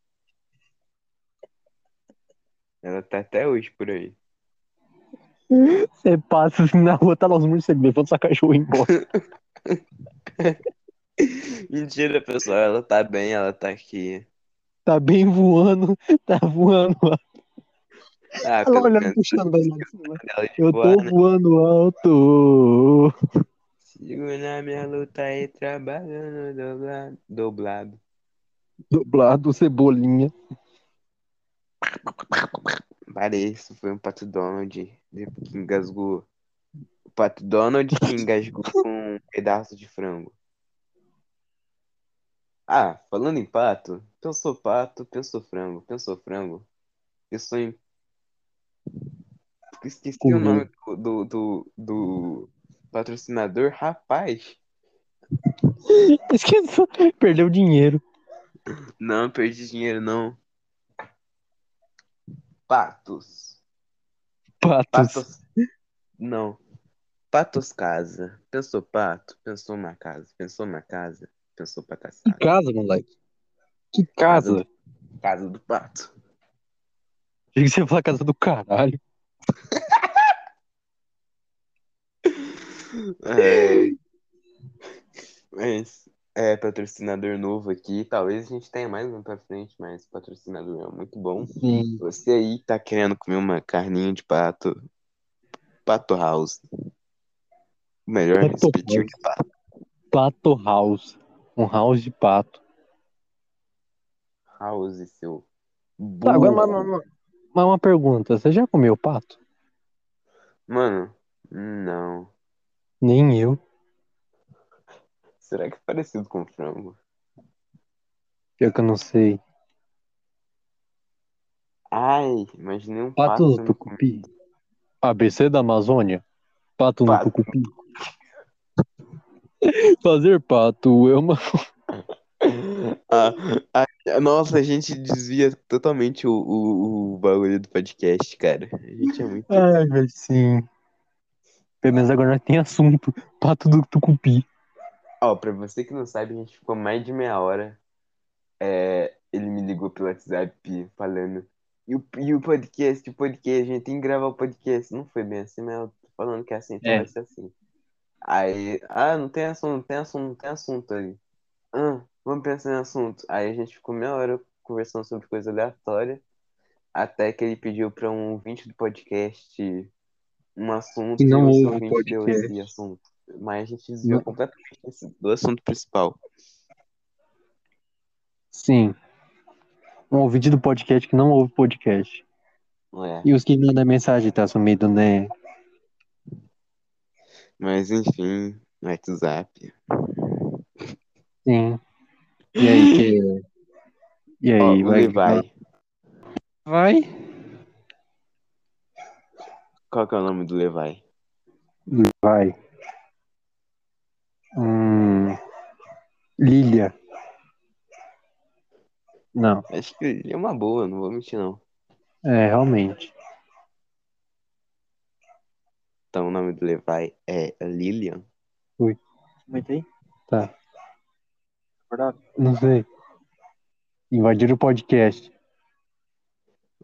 [SPEAKER 2] Ela tá até hoje por aí.
[SPEAKER 1] Você passa assim na rua, tá lá os morcegos, levando sua cachorra embora.
[SPEAKER 2] Mentira, pessoal, ela tá bem, ela tá aqui.
[SPEAKER 1] Tá bem voando, tá voando alto.
[SPEAKER 2] Ah,
[SPEAKER 1] Ela
[SPEAKER 2] pelo
[SPEAKER 1] olhando
[SPEAKER 2] menos
[SPEAKER 1] pro chão, vai lá de cima.
[SPEAKER 2] ela de
[SPEAKER 1] Eu
[SPEAKER 2] boa,
[SPEAKER 1] tô
[SPEAKER 2] né?
[SPEAKER 1] voando alto.
[SPEAKER 2] Sigo na minha luta e trabalhando doblado. Doblado.
[SPEAKER 1] Dublado, cebolinha.
[SPEAKER 2] Parei, isso foi um pato Donald que engasgou O Pato Donald se engasgou com um pedaço de frango. Ah, falando em pato, pensou pato, pensou frango, pensou frango. Pensou em. Esqueci o
[SPEAKER 1] Uhum.
[SPEAKER 2] nome do, do, do, do patrocinador, rapaz.
[SPEAKER 1] Esqueceu. Perdeu dinheiro.
[SPEAKER 2] Não, perdi dinheiro, não. Patos.
[SPEAKER 1] Patos.
[SPEAKER 2] Patos. Não. Patos casa. Pensou pato, pensou uma casa, pensou uma casa, pensou pra
[SPEAKER 1] Que
[SPEAKER 2] caçada.
[SPEAKER 1] casa, moleque? Que casa?
[SPEAKER 2] Casa do pato.
[SPEAKER 1] Achei que você ia falar casa do caralho.
[SPEAKER 2] É... Mas é patrocinador novo aqui. Talvez a gente tenha mais um pra frente, mas patrocinador é muito bom.
[SPEAKER 1] Sim.
[SPEAKER 2] Você aí tá querendo comer uma carninha de pato. Pato House. O melhor
[SPEAKER 1] Pato
[SPEAKER 2] espetinho
[SPEAKER 1] House.
[SPEAKER 2] de pato.
[SPEAKER 1] Pato House. Um house de pato.
[SPEAKER 2] House, seu.
[SPEAKER 1] Tá, agora
[SPEAKER 2] burro.
[SPEAKER 1] mas, mas- mas- mas uma pergunta. Você já comeu pato?
[SPEAKER 2] Mano, não.
[SPEAKER 1] Nem eu.
[SPEAKER 2] Será que é parecido com frango?
[SPEAKER 1] Pior que eu não sei.
[SPEAKER 2] Ai, imaginei um pato.
[SPEAKER 1] Pato no
[SPEAKER 2] no-
[SPEAKER 1] tucupi. ABC da Amazônia. Pato no
[SPEAKER 2] Pato.
[SPEAKER 1] tucupi. Fazer pato é uma...
[SPEAKER 2] Ah, ah, nossa, a gente desvia totalmente o, o, o bagulho do podcast, cara. A gente é muito.
[SPEAKER 1] Ai, velho, sim. Pelo menos agora nós tem assunto. Pato do tucupi.
[SPEAKER 2] Ó, pra você que não sabe, a gente ficou mais de meia hora. É, ele me ligou pelo WhatsApp falando. E o, e o podcast, o podcast, a gente tem que gravar o podcast. Não foi bem assim, mas eu tô falando que é assim, então
[SPEAKER 1] É.
[SPEAKER 2] vai ser assim. Aí, ah, não tem assunto, não tem assunto, não tem assunto aí. Ah, vamos pensar em assunto. Aí a gente ficou meia hora conversando sobre coisa aleatória, até que ele pediu pra um ouvinte do podcast um assunto
[SPEAKER 1] E não houve
[SPEAKER 2] e o
[SPEAKER 1] um
[SPEAKER 2] ouvinte deu
[SPEAKER 1] podcast.
[SPEAKER 2] esse assunto. Mas a gente desviou
[SPEAKER 1] Não.
[SPEAKER 2] completamente desse- do assunto principal.
[SPEAKER 1] Sim. Um ouvinte do podcast que não ouve podcast.
[SPEAKER 2] Não é?
[SPEAKER 1] E os que mandam mensagem tá sumido, né?
[SPEAKER 2] Mas enfim, no WhatsApp.
[SPEAKER 1] Sim. E aí, que... E
[SPEAKER 2] Ó,
[SPEAKER 1] aí,
[SPEAKER 2] o
[SPEAKER 1] vai...
[SPEAKER 2] Levi.
[SPEAKER 1] Vai?
[SPEAKER 2] Qual que é o nome do Levi?
[SPEAKER 1] Vai. Hum... Lilia. Não,
[SPEAKER 2] Acho que ele é uma boa, não vou mentir não.
[SPEAKER 1] é, realmente.
[SPEAKER 2] Então o nome do Levi é Lilian.
[SPEAKER 1] Aguentei? Tá. Não sei. Invadiram o podcast.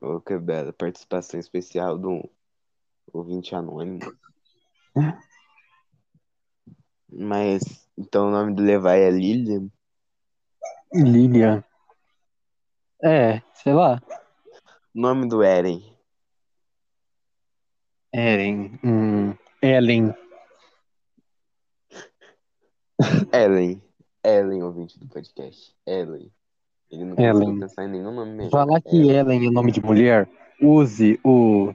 [SPEAKER 2] Ô, que bela participação especial do ouvinte anônimo. Mas, então o nome do Levi é Lilian?
[SPEAKER 1] Lilian. É, sei lá.
[SPEAKER 2] O nome do Eren?
[SPEAKER 1] Eren. Hum, Ellen.
[SPEAKER 2] Ellen. Ellen, ouvinte do podcast. Ellen. Ele não conseguiu
[SPEAKER 1] Ellen.
[SPEAKER 2] pensar em nenhum nome melhor.
[SPEAKER 1] Falar que Ellen é nome de mulher, use o.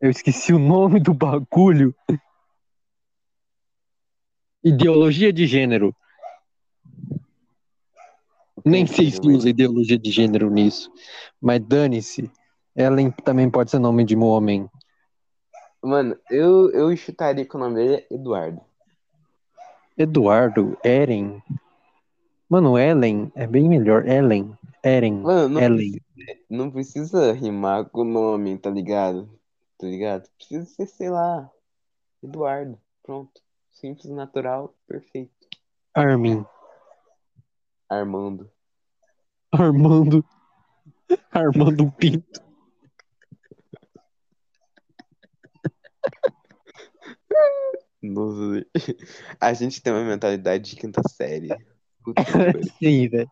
[SPEAKER 1] Eu esqueci o nome do bagulho. Ideologia de gênero. Nem sei se usa ideologia de gênero nisso. Mas dane-se. Ellen também pode ser nome de um homem.
[SPEAKER 2] Mano, eu, eu chutaria que o nome dele é Eduardo.
[SPEAKER 1] Eduardo, Eren. Mano, Ellen é bem melhor. Ellen. Eren.
[SPEAKER 2] Mano, não,
[SPEAKER 1] Ellen.
[SPEAKER 2] não precisa rimar com o nome, tá ligado? Tá ligado? Precisa ser, sei lá, Eduardo. Pronto. Simples, natural, perfeito.
[SPEAKER 1] Armin.
[SPEAKER 2] Armando.
[SPEAKER 1] Armando. Armando Pinto.
[SPEAKER 2] Nossa, a gente tem uma mentalidade de quinta série. Puta que pariu.
[SPEAKER 1] Sim, velho.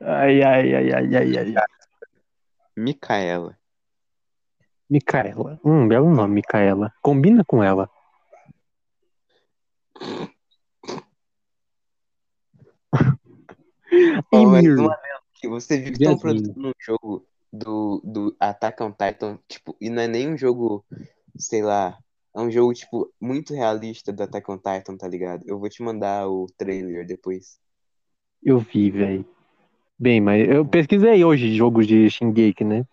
[SPEAKER 1] Ai, ai, ai, ai, ai, ai.
[SPEAKER 2] Micaela.
[SPEAKER 1] Micaela. Hum, belo nome, Micaela. Combina com ela.
[SPEAKER 2] Ó, mas
[SPEAKER 1] Emir.
[SPEAKER 2] um adendo aqui, Você viu que estão
[SPEAKER 1] Jasmine.
[SPEAKER 2] produzindo um jogo do, do Attack on Titan, tipo, e não é nem um jogo, sei lá, é um jogo, tipo, muito realista do Attack on Titan, tá ligado? Eu vou te mandar o trailer depois.
[SPEAKER 1] Eu vi, velho. Bem, mas eu pesquisei hoje jogos de Shingeki, né?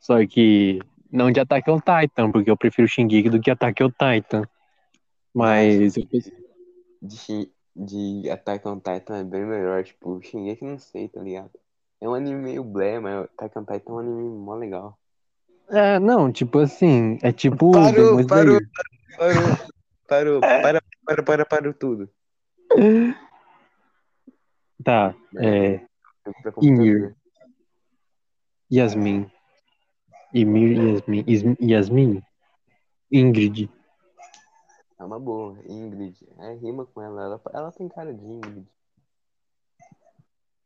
[SPEAKER 1] Só que não de Attack on Titan, porque eu prefiro Shingeki do que Attack on Titan.
[SPEAKER 2] Ah,
[SPEAKER 1] Mas eu pesquisei.
[SPEAKER 2] De, Shin- de Attack on Titan é bem melhor, tipo, Shingeki não sei, tá ligado? É um anime meio blé, mas Attack on Titan é um anime mó legal.
[SPEAKER 1] É, não, tipo assim, é tipo
[SPEAKER 2] Parou,
[SPEAKER 1] Demon Slayer.
[SPEAKER 2] parou. Parou, parou, para, para, para, para tudo.
[SPEAKER 1] Tá, é,
[SPEAKER 2] Pra computador.
[SPEAKER 1] Yasmin. Emir, Yasmin, Is- Yasmin? Ingrid.
[SPEAKER 2] É uma boa, Ingrid. É, rima com ela. ela. Ela tem cara de Ingrid.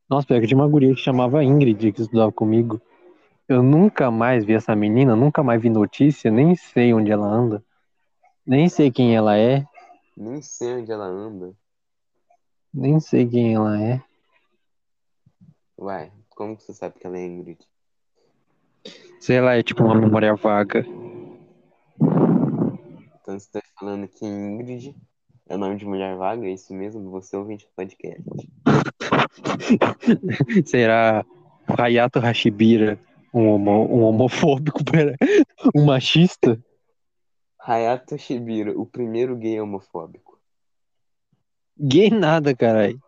[SPEAKER 1] Nossa, pior que tinha uma guria que chamava Ingrid, que estudava comigo. Eu nunca mais vi essa menina, nunca mais vi notícia, nem sei onde ela anda. Nem sei quem ela é,
[SPEAKER 2] Nem sei onde ela anda.
[SPEAKER 1] nem sei quem ela é.
[SPEAKER 2] Uai, como que você sabe que ela é Ingrid?
[SPEAKER 1] Sei lá, é tipo uma memória vaga.
[SPEAKER 2] Então você tá falando que Ingrid é o nome de mulher vaga? É isso mesmo? Você ouvinte do podcast.
[SPEAKER 1] Será o Hayato Hashibira um, homo- um homofóbico, pera, um machista?
[SPEAKER 2] Hayato Shibiro, o primeiro gay homofóbico.
[SPEAKER 1] Gay nada, caralho.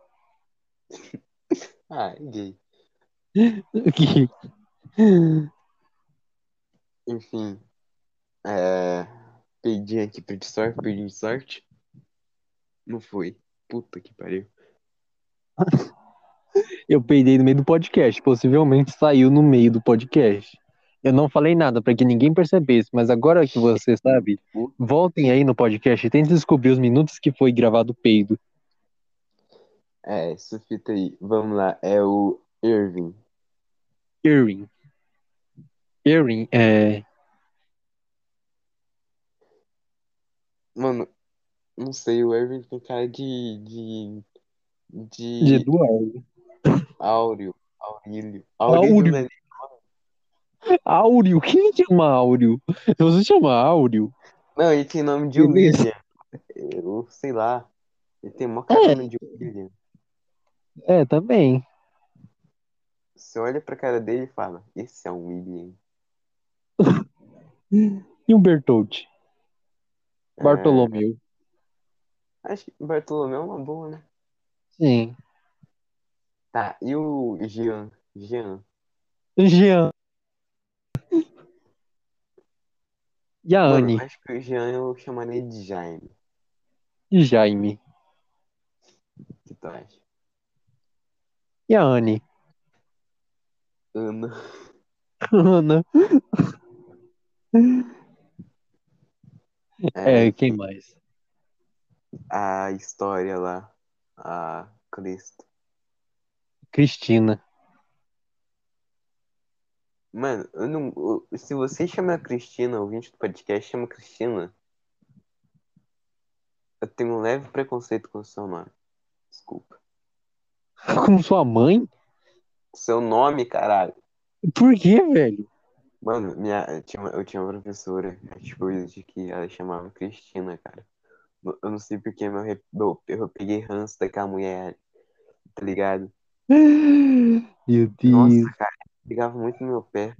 [SPEAKER 2] Ah, é gay.
[SPEAKER 1] Que-
[SPEAKER 2] Enfim, é... Pedi aqui, pedi sorte, pedi sorte. Não foi. Puta que pariu.
[SPEAKER 1] Eu peidei no meio do podcast, possivelmente saiu no meio do podcast. Eu não falei nada pra que ninguém percebesse, mas agora que você sabe, voltem aí no podcast e tentem descobrir os minutos que foi gravado o peido.
[SPEAKER 2] É, essa fita aí. Vamos lá, é o Irving.
[SPEAKER 1] Earring. Earring é.
[SPEAKER 2] Mano, não sei, o Irving tem cara de. de.
[SPEAKER 1] De
[SPEAKER 2] de.
[SPEAKER 1] Eduardo.
[SPEAKER 2] Áureo. Aurílio.
[SPEAKER 1] Áureo.
[SPEAKER 2] Aurílio, né?
[SPEAKER 1] Áureo. Quem chama Áureo? Se você chama Áureo.
[SPEAKER 2] Não, ele tem nome de
[SPEAKER 1] Beleza.
[SPEAKER 2] William. Eu sei lá. Ele tem mó cara de William.
[SPEAKER 1] É, também.
[SPEAKER 2] Você olha pra cara dele e fala: Esse é um William.
[SPEAKER 1] E o Bertolt?
[SPEAKER 2] É,
[SPEAKER 1] Bartolomeu.
[SPEAKER 2] acho que Bartolomeu é uma boa, né?
[SPEAKER 1] Sim.
[SPEAKER 2] Tá, e o Jean? Jean.
[SPEAKER 1] Jean. E a
[SPEAKER 2] Mano,
[SPEAKER 1] Anne?
[SPEAKER 2] acho que o Jean eu chamaria de Jaime.
[SPEAKER 1] E Jaime?
[SPEAKER 2] O que tu acha?
[SPEAKER 1] E a Anne?
[SPEAKER 2] Ana.
[SPEAKER 1] Ana.
[SPEAKER 2] É,
[SPEAKER 1] É, quem mais?
[SPEAKER 2] a história lá. A Cristo.
[SPEAKER 1] Cristina.
[SPEAKER 2] Mano, eu não, eu- se você chama a Cristina, ouvinte do podcast, chama Cristina. Eu tenho um leve preconceito com o seu nome. Desculpa.
[SPEAKER 1] Com sua mãe?
[SPEAKER 2] Seu nome, caralho.
[SPEAKER 1] Por que, velho?
[SPEAKER 2] Mano, minha, eu, tinha uma, eu tinha uma professora, tipo, de que ela chamava Cristina, cara. Eu não sei porque meu, re- meu, eu peguei ranço daquela mulher, tá ligado?
[SPEAKER 1] Meu Deus.
[SPEAKER 2] Nossa, cara, pegava muito no meu pé,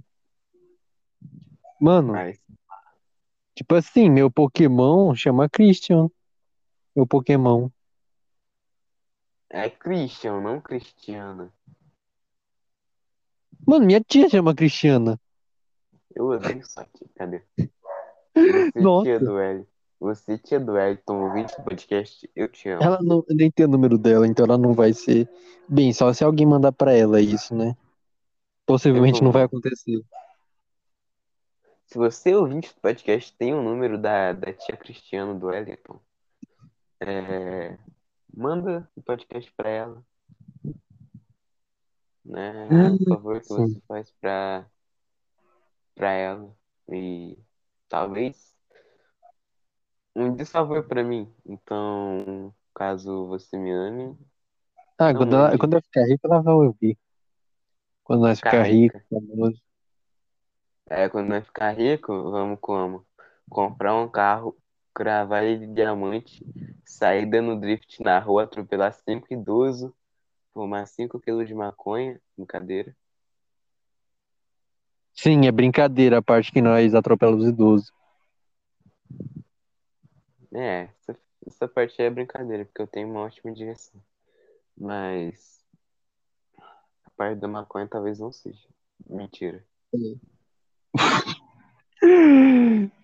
[SPEAKER 1] Mano,
[SPEAKER 2] mas
[SPEAKER 1] tipo assim, meu Pokémon chama Christian. Meu Pokémon.
[SPEAKER 2] é Christian, não Cristiana.
[SPEAKER 1] Mano, minha tia chama Cristiana.
[SPEAKER 2] Eu odeio sua tia, cadê? Você,
[SPEAKER 1] Nossa.
[SPEAKER 2] tia do L. Você, tia do Elton, ouvinte do podcast, eu te amo.
[SPEAKER 1] Ela não, eu nem tem o número dela, então ela não vai ser. Bem, só se alguém mandar pra ela isso, né? Possivelmente
[SPEAKER 2] Eu
[SPEAKER 1] não
[SPEAKER 2] vou-
[SPEAKER 1] vai acontecer.
[SPEAKER 2] Se você, ouvinte do podcast, tem o número da, da tia Cristiana do Elton, é, manda o podcast pra ela. Né? É um favor que
[SPEAKER 1] Ah, Sim.
[SPEAKER 2] você faz pra, pra ela. E talvez um desfavor pra mim. Então, caso você me ame,
[SPEAKER 1] Ah,
[SPEAKER 2] Não,
[SPEAKER 1] quando, ela,
[SPEAKER 2] mãe.
[SPEAKER 1] quando eu ficar rico, ela vai ouvir. Quando nós ficar
[SPEAKER 2] Caraca.
[SPEAKER 1] rico, famoso.
[SPEAKER 2] Aí É, quando nós ficar rico, vamos como? Comprar um carro, cravar ele de diamante, sair dando drift na rua, atropelar cinco idosos, fumar 5 quilos de maconha, brincadeira.
[SPEAKER 1] Sim, é brincadeira a parte que nós atropelamos os idosos.
[SPEAKER 2] É, essa, essa parte aí é brincadeira, porque eu tenho uma ótima direção. Mas a parte da maconha talvez não seja. Mentira.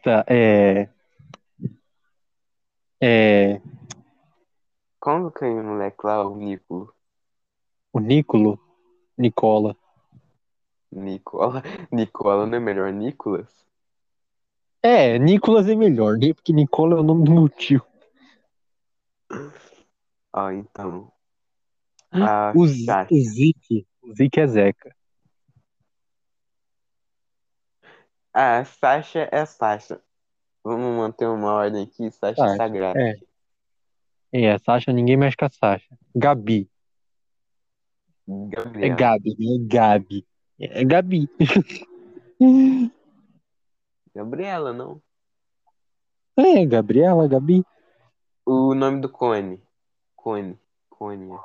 [SPEAKER 1] Tá, é. É.
[SPEAKER 2] Como que é o moleque lá, o Nico?
[SPEAKER 1] O Nicolo? Nicola.
[SPEAKER 2] Nicola? Nicola não é melhor Nicolas?
[SPEAKER 1] É, Nicolas é melhor, né? Porque Nicola é o nome do meu tio.
[SPEAKER 2] Ah, então. Ah,
[SPEAKER 1] O Z-
[SPEAKER 2] tá.
[SPEAKER 1] o Zique. O Zique é Zeca.
[SPEAKER 2] Ah, Sasha é Sasha. Vamos manter uma ordem aqui, Sasha
[SPEAKER 1] Sasha,
[SPEAKER 2] é sagrado.
[SPEAKER 1] é. É, a Sasha, ninguém mexe com a Sasha. Gabi. É
[SPEAKER 2] Gabriel.
[SPEAKER 1] Gabi, né? Gabi. É Gabi.
[SPEAKER 2] Gabriela, não.
[SPEAKER 1] É, Gabriela, Gabi.
[SPEAKER 2] O nome do Cone. Cone. Cone. é.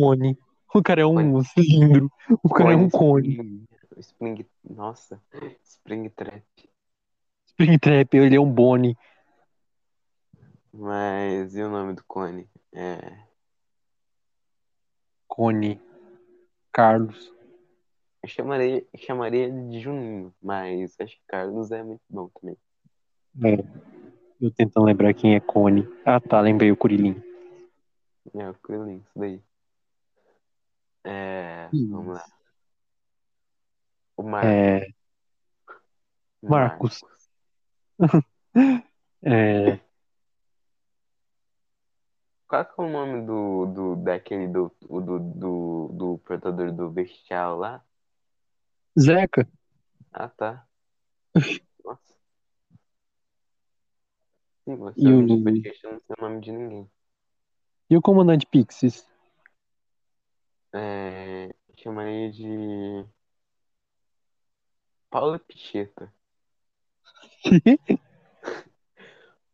[SPEAKER 1] Cone. O cara é um cilindro. O cara é um cone.
[SPEAKER 2] Spring. Spring. Nossa. Spring Trap.
[SPEAKER 1] Springtrap, ele é um bone.
[SPEAKER 2] Mas e o nome do Cone? É.
[SPEAKER 1] Cone. Carlos.
[SPEAKER 2] Eu chamaria, chamaria ele de Juninho, mas acho que Carlos é muito bom também.
[SPEAKER 1] É. Eu tentando lembrar quem é Cone. Ah, tá, lembrei o Curilinho.
[SPEAKER 2] É, o Krillin, isso daí. É.
[SPEAKER 1] Hum.
[SPEAKER 2] Vamos lá. O né, Mar
[SPEAKER 1] É. Marcos. É.
[SPEAKER 2] Qual que é o nome do, do daquele do, do, do, do portador do bestial lá?
[SPEAKER 1] Zeca.
[SPEAKER 2] Ah, tá. Nossa. Sim, você
[SPEAKER 1] E o-
[SPEAKER 2] ouvindo o podcast, eu não sei o nome de ninguém.
[SPEAKER 1] E o comandante Pixies?
[SPEAKER 2] É, chamaria de Paulo Picheta.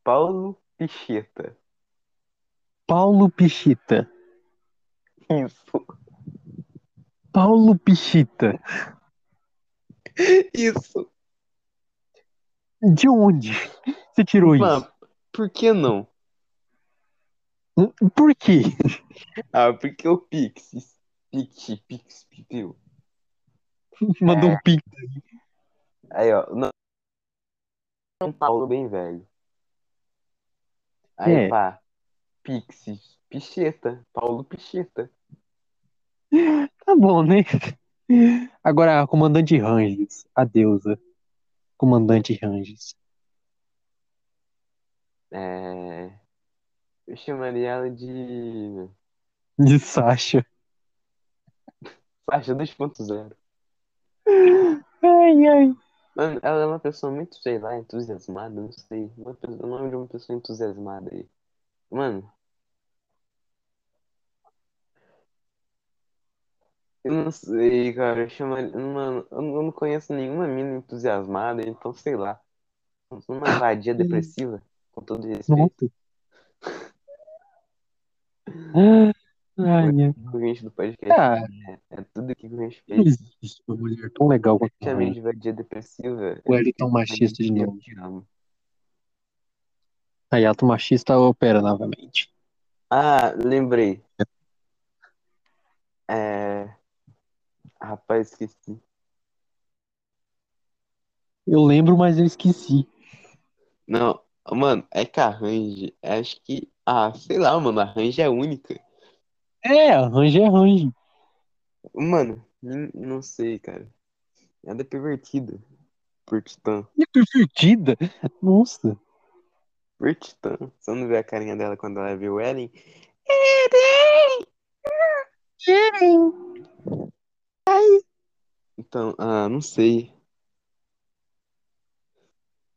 [SPEAKER 2] Paulo Picheta.
[SPEAKER 1] Paulo Pichita.
[SPEAKER 2] Isso.
[SPEAKER 1] Paulo Pichita.
[SPEAKER 2] Isso.
[SPEAKER 1] De onde você tirou isso?
[SPEAKER 2] Mano, por que não?
[SPEAKER 1] Por quê?
[SPEAKER 2] Ah, porque o Pix. Pix, Pix, Pipiu.
[SPEAKER 1] Mandou um pix.
[SPEAKER 2] Aí, ó. Não. São Paulo bem velho. Aí,
[SPEAKER 1] É.
[SPEAKER 2] pá. Pix, Picheta. Paulo Picheta.
[SPEAKER 1] Tá bom, né? Agora, comandante Ranges. A deusa. Comandante Ranges.
[SPEAKER 2] É... Eu chamaria ela de
[SPEAKER 1] De Sasha.
[SPEAKER 2] Sasha 2.0.
[SPEAKER 1] Ai, ai.
[SPEAKER 2] Mano, ela é uma pessoa muito, sei lá, entusiasmada, não sei. Uma pessoa, o nome de uma pessoa entusiasmada aí. Mano. Eu não sei, cara. Eu chamaria. Mano, eu não eu não conheço nenhuma mina entusiasmada, então sei lá. Uma vadia
[SPEAKER 1] Hum.
[SPEAKER 2] depressiva, com todo respeito.
[SPEAKER 1] Nossa. Ai, ai.
[SPEAKER 2] O gente do podcast
[SPEAKER 1] Ah,
[SPEAKER 2] é tudo que o gente
[SPEAKER 1] não
[SPEAKER 2] fez.
[SPEAKER 1] existe uma mulher tão legal quanto a
[SPEAKER 2] Chamei
[SPEAKER 1] Ranges.
[SPEAKER 2] de vadia depressiva.
[SPEAKER 1] O Elton machista de
[SPEAKER 2] eu
[SPEAKER 1] novo.
[SPEAKER 2] te amo.
[SPEAKER 1] Aí, ato machista opera novamente.
[SPEAKER 2] Ah, lembrei. É. Rapaz, esqueci.
[SPEAKER 1] Eu lembro, mas eu esqueci.
[SPEAKER 2] Não, mano, é que a Range, acho que. Ah, sei lá, mano, a Range é única.
[SPEAKER 1] É, arranje é arranje.
[SPEAKER 2] Mano, n- não sei, cara. Ela é pervertida. Por Titã.
[SPEAKER 1] Que pervertida. Nossa.
[SPEAKER 2] Por Titã. Você não vê a carinha dela quando ela vê o Eren? Então, ah, não sei.
[SPEAKER 1] Ah,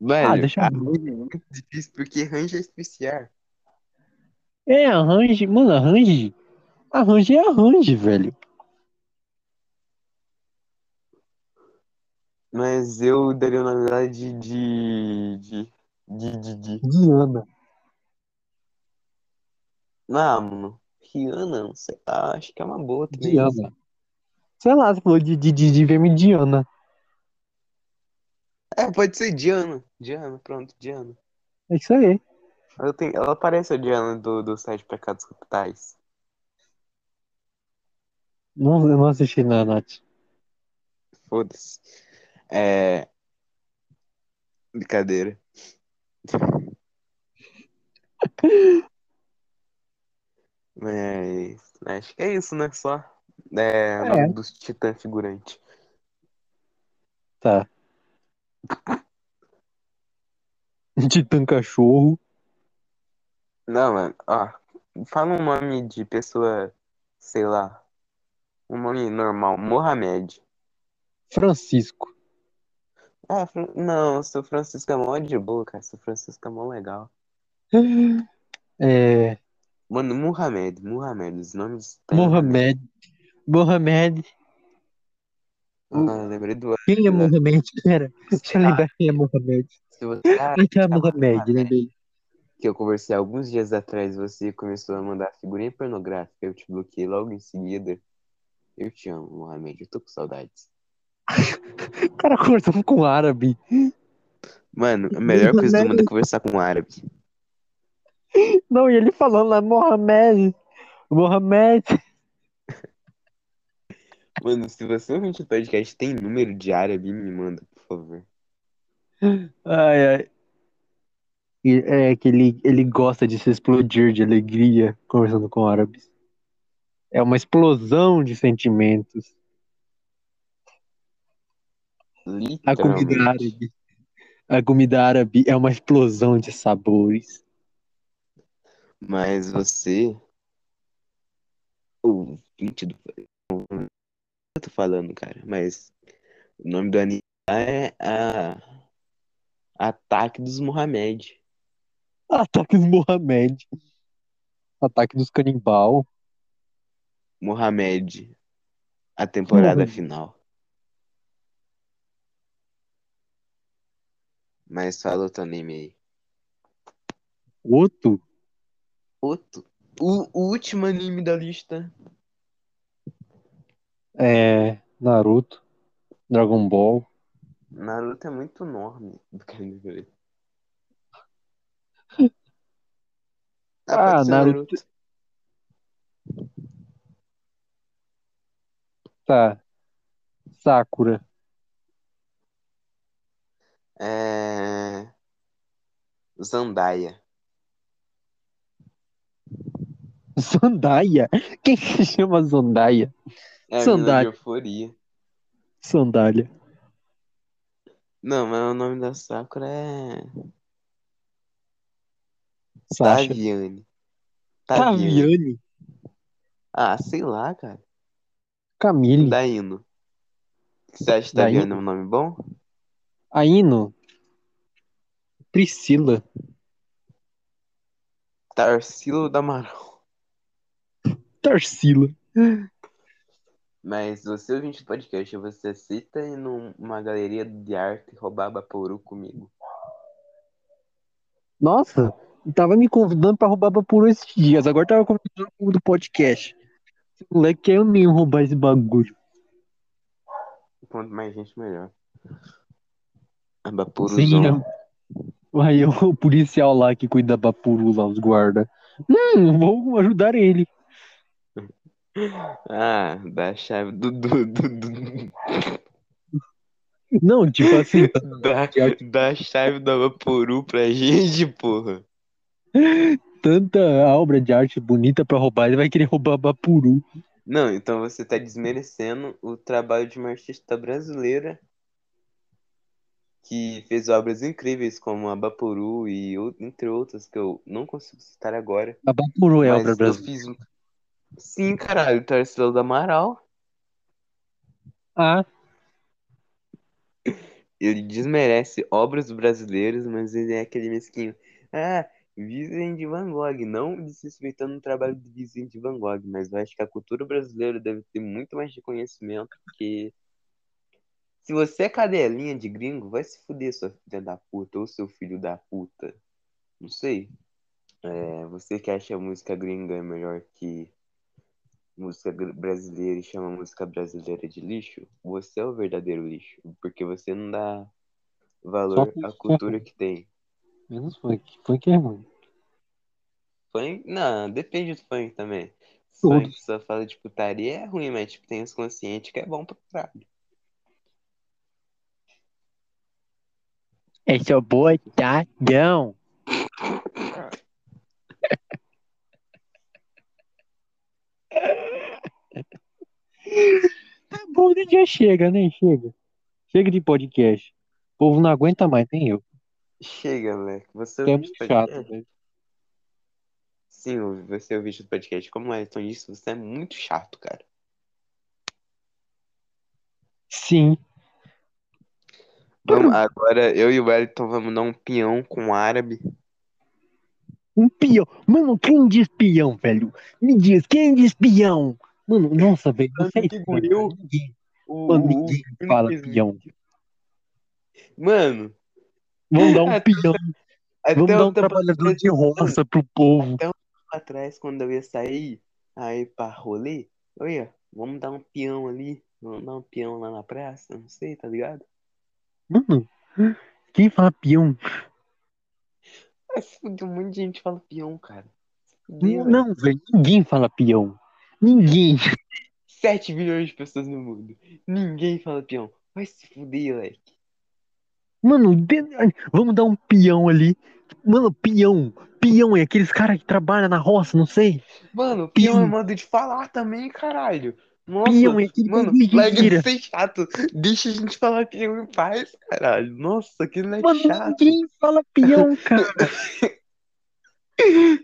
[SPEAKER 2] Velho,
[SPEAKER 1] deixa
[SPEAKER 2] a
[SPEAKER 1] eu
[SPEAKER 2] Range
[SPEAKER 1] ver.
[SPEAKER 2] é muito difícil porque Range é especial.
[SPEAKER 1] É, arranje. Mano, arranje. Arranje é arranje, velho.
[SPEAKER 2] Mas eu daria o nome dela de. de. de. de. de, de.
[SPEAKER 1] Diana.
[SPEAKER 2] Ah, mano. Rihanna, não sei lá, acho que é uma boa também.
[SPEAKER 1] Diana. Sei lá, você falou de Didi, de, de, Diana.
[SPEAKER 2] É, pode ser Diana. Diana, pronto, Diana.
[SPEAKER 1] É isso aí.
[SPEAKER 2] Ela, tem, ela parece a Diana do, do site Pecados Capitais.
[SPEAKER 1] Não, eu não assisti na Nath.
[SPEAKER 2] Foda-se. É. Brincadeira. Mas acho que é isso, né? Só. É, o
[SPEAKER 1] É.
[SPEAKER 2] nome dos titã figurante.
[SPEAKER 1] Tá. Titã Cachorro.
[SPEAKER 2] Não, mano, ó. Fala um nome de pessoa, sei lá. Um nome normal. Mohamed.
[SPEAKER 1] Francisco.
[SPEAKER 2] Ah, Fran- não, seu Francisco é mó de boa, cara. Seu Francisco é mó legal.
[SPEAKER 1] É,
[SPEAKER 2] Mano, Mohamed, Mohamed, os nomes. têm, né?
[SPEAKER 1] Mohamed. Mohamed.
[SPEAKER 2] Ah, lembrei do
[SPEAKER 1] Quem é Mohamed? Pera, deixa eu
[SPEAKER 2] Sei lá.
[SPEAKER 1] lembrar quem é Mohamed.
[SPEAKER 2] Se você ah,
[SPEAKER 1] Quem que é
[SPEAKER 2] chamar
[SPEAKER 1] Mohamed?
[SPEAKER 2] Mohamed,
[SPEAKER 1] Lembrei.
[SPEAKER 2] que eu conversei alguns dias atrás, você começou a mandar figurinha pornográfica, eu te bloqueei logo em seguida. Eu te amo, Mohamed, eu tô com saudades.
[SPEAKER 1] O cara conversava com um árabe.
[SPEAKER 2] Mano, a melhor coisa do mundo é conversar com um árabe.
[SPEAKER 1] Não, e ele falando lá, Mohamed. Mohamed.
[SPEAKER 2] Mano, se você ouvinte do podcast tem número de árabe, me manda, por favor.
[SPEAKER 1] Ai, ai. E, É que ele, ele gosta de se explodir de alegria conversando com árabes. É uma explosão de sentimentos. A comida
[SPEAKER 2] Literalmente.
[SPEAKER 1] árabe. A comida árabe é uma explosão de sabores.
[SPEAKER 2] Mas você, ouvinte do. Eu tô falando, cara, mas o nome do anime é a... Ataque dos Mohamed.
[SPEAKER 1] Ataque dos Mohamed. Ataque dos canibal.
[SPEAKER 2] Mohamed, a temporada final. Mas fala outro anime aí.
[SPEAKER 1] Outro?
[SPEAKER 2] Outro? O, o último anime da lista.
[SPEAKER 1] É. Naruto. Dragon Ball.
[SPEAKER 2] Naruto é muito enorme. do que eu falei.
[SPEAKER 1] Ah,
[SPEAKER 2] É, pode ser
[SPEAKER 1] Naruto. Tá. Sakura.
[SPEAKER 2] É... Zandaia.
[SPEAKER 1] Sandaia? Quem se chama Sandaia?
[SPEAKER 2] É a mina de
[SPEAKER 1] Zandaia.
[SPEAKER 2] euforia.
[SPEAKER 1] Sandália.
[SPEAKER 2] Não, mas o nome da Sakura é...
[SPEAKER 1] Sasha.
[SPEAKER 2] Taviane. Taviane.
[SPEAKER 1] Taviane.
[SPEAKER 2] Ah, sei lá, cara.
[SPEAKER 1] Camille.
[SPEAKER 2] Daino. Você acha que
[SPEAKER 1] Daino?
[SPEAKER 2] Taviane é um nome bom?
[SPEAKER 1] Aino. Priscila.
[SPEAKER 2] Tarsilo da Amaral.
[SPEAKER 1] Tarsila.
[SPEAKER 2] Mas você ouvinte do podcast, você aceita ir numa galeria de arte roubar Baporu comigo?
[SPEAKER 1] Nossa, tava me convidando pra roubar Vaporu esses dias. Agora tava convidando o do podcast. Esse moleque quer eu mesmo roubar esse bagulho.
[SPEAKER 2] Quanto mais gente, melhor.
[SPEAKER 1] Sim, né?
[SPEAKER 2] Baporuzão.
[SPEAKER 1] eu... Aí eu- o policial lá que cuida da Bapuru lá, os guarda. Hum, vou ajudar ele.
[SPEAKER 2] Ah, da chave do. do, do, do-
[SPEAKER 1] Não, tipo assim,
[SPEAKER 2] da, da chave da Baporu pra gente, porra.
[SPEAKER 1] tanta obra de arte bonita pra roubar, ele vai querer roubar Bapuru.
[SPEAKER 2] Não, então você tá desmerecendo o trabalho de uma artista brasileira que fez obras incríveis como a Baporu e ou- entre outras que eu não consigo citar agora.
[SPEAKER 1] A Bapuru é
[SPEAKER 2] Mas
[SPEAKER 1] obra
[SPEAKER 2] eu
[SPEAKER 1] brasileira.
[SPEAKER 2] fiz um- Sim, caralho, Tarsila do Amaral.
[SPEAKER 1] Ah,
[SPEAKER 2] Ele desmerece obras brasileiras, mas ele é aquele mesquinho. Ah, Vincent Van Gogh. Não desrespeitando o trabalho de Vincent Van Gogh, mas eu acho que a cultura brasileira deve ter muito mais reconhecimento, porque Se você é cadelinha de gringo, vai se fuder, sua filha da puta, ou seu filho da puta. Não sei. É, você que acha a música gringa melhor que música gr- brasileira e chama a música brasileira de lixo, você é o verdadeiro lixo. Porque você não dá valor
[SPEAKER 1] Só-
[SPEAKER 2] à cultura que tem.
[SPEAKER 1] Menos funk. Funk é ruim.
[SPEAKER 2] Funk, não, depende do funk também.
[SPEAKER 1] Todos.
[SPEAKER 2] Funk só fala de putaria é ruim, mas tipo, tem os conscientes que é bom pra caralho.
[SPEAKER 1] É seu boitadão. Tá bom, né? Já chega, né? Chega. Chega de podcast. O povo não aguenta mais, nem eu.
[SPEAKER 2] Chega, moleque. Você
[SPEAKER 1] É
[SPEAKER 2] ouviu
[SPEAKER 1] muito
[SPEAKER 2] de podcast?
[SPEAKER 1] chato, velho.
[SPEAKER 2] Sim, ouvi- você ouviu de podcast. Como o Elton disse, você é muito chato, cara.
[SPEAKER 1] Sim.
[SPEAKER 2] Vamos, agora eu e o Wellington vamos dar um peão com o árabe.
[SPEAKER 1] Um peão. Mano, quem diz peão, velho? Me diz, quem diz peão? Mano, nossa, velho.
[SPEAKER 2] Mano,
[SPEAKER 1] Você é
[SPEAKER 2] que
[SPEAKER 1] estranho,
[SPEAKER 2] guriu.
[SPEAKER 1] cara. Ninguém,
[SPEAKER 2] O,
[SPEAKER 1] mano,
[SPEAKER 2] o-
[SPEAKER 1] ninguém
[SPEAKER 2] o-
[SPEAKER 1] fala peão.
[SPEAKER 2] Mano,
[SPEAKER 1] Vamos dar um
[SPEAKER 2] Até-
[SPEAKER 1] peão.
[SPEAKER 2] até
[SPEAKER 1] Vamos
[SPEAKER 2] eu
[SPEAKER 1] dar um
[SPEAKER 2] tava
[SPEAKER 1] trabalhador de roça pro povo.
[SPEAKER 2] atrás quando eu ia sair, aí pra rolê, eu ia, vamos dar um peão ali, vamos dar um peão lá na praça, não sei, tá ligado?
[SPEAKER 1] Mano, quem fala peão?
[SPEAKER 2] Ai, se fudeu, um monte de gente fala peão, cara. Se fudeu, velho.
[SPEAKER 1] Não, velho. Ninguém fala peão. Ninguém.
[SPEAKER 2] 7 bilhões de pessoas no mundo. Ninguém fala peão. Vai se fuder, moleque.
[SPEAKER 1] Mano, de- ai, vamos dar um peão ali. Mano, peão. Peão é aqueles caras que trabalham na roça, não sei.
[SPEAKER 2] Mano, peão é
[SPEAKER 1] Peão.
[SPEAKER 2] modo de falar também, caralho. Nossa,
[SPEAKER 1] Peão é aquele
[SPEAKER 2] mano,
[SPEAKER 1] bagulho que
[SPEAKER 2] moleque,
[SPEAKER 1] gira.
[SPEAKER 2] isso é chato. Deixa a gente falar peão em paz, caralho. Nossa, que moleque
[SPEAKER 1] Mano,
[SPEAKER 2] é chato.
[SPEAKER 1] ninguém fala peão, cara.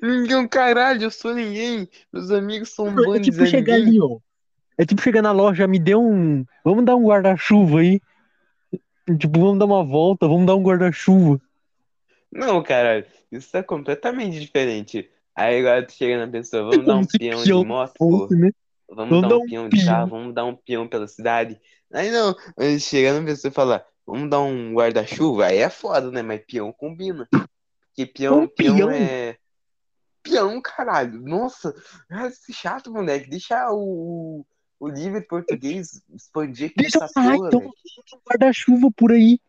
[SPEAKER 2] Ninguém, é um caralho, eu sou ninguém. Meus amigos são um
[SPEAKER 1] É
[SPEAKER 2] bando
[SPEAKER 1] tipo
[SPEAKER 2] de Zé
[SPEAKER 1] chegar
[SPEAKER 2] ninguém.
[SPEAKER 1] ali, ó. É tipo chegar na loja, me dê um. Vamos dar um guarda-chuva aí. Tipo, vamos dar uma volta, vamos dar um guarda-chuva.
[SPEAKER 2] Não, caralho, isso é completamente diferente. Aí agora tu chega na pessoa, vamos dar
[SPEAKER 1] Como
[SPEAKER 2] um
[SPEAKER 1] se
[SPEAKER 2] peão de
[SPEAKER 1] peão
[SPEAKER 2] moto,
[SPEAKER 1] fosse,
[SPEAKER 2] pô.
[SPEAKER 1] né?
[SPEAKER 2] Vamos
[SPEAKER 1] Vamos
[SPEAKER 2] dar
[SPEAKER 1] dar
[SPEAKER 2] um
[SPEAKER 1] um
[SPEAKER 2] peão de
[SPEAKER 1] peão.
[SPEAKER 2] carro, vamos dar um peão pela cidade. Aí não, aí chega na pessoa e fala, vamos dar um guarda-chuva, aí é foda, né? Mas peão combina. Porque peão,
[SPEAKER 1] Um
[SPEAKER 2] peão
[SPEAKER 1] peão.
[SPEAKER 2] é. Peão, caralho. Nossa, ah, isso é chato, moleque. Deixa o, o, o livre português expandir aqui
[SPEAKER 1] Deixa eu
[SPEAKER 2] nessa
[SPEAKER 1] falar,
[SPEAKER 2] porra,
[SPEAKER 1] então.
[SPEAKER 2] velho.
[SPEAKER 1] Tem um guarda-chuva por aí.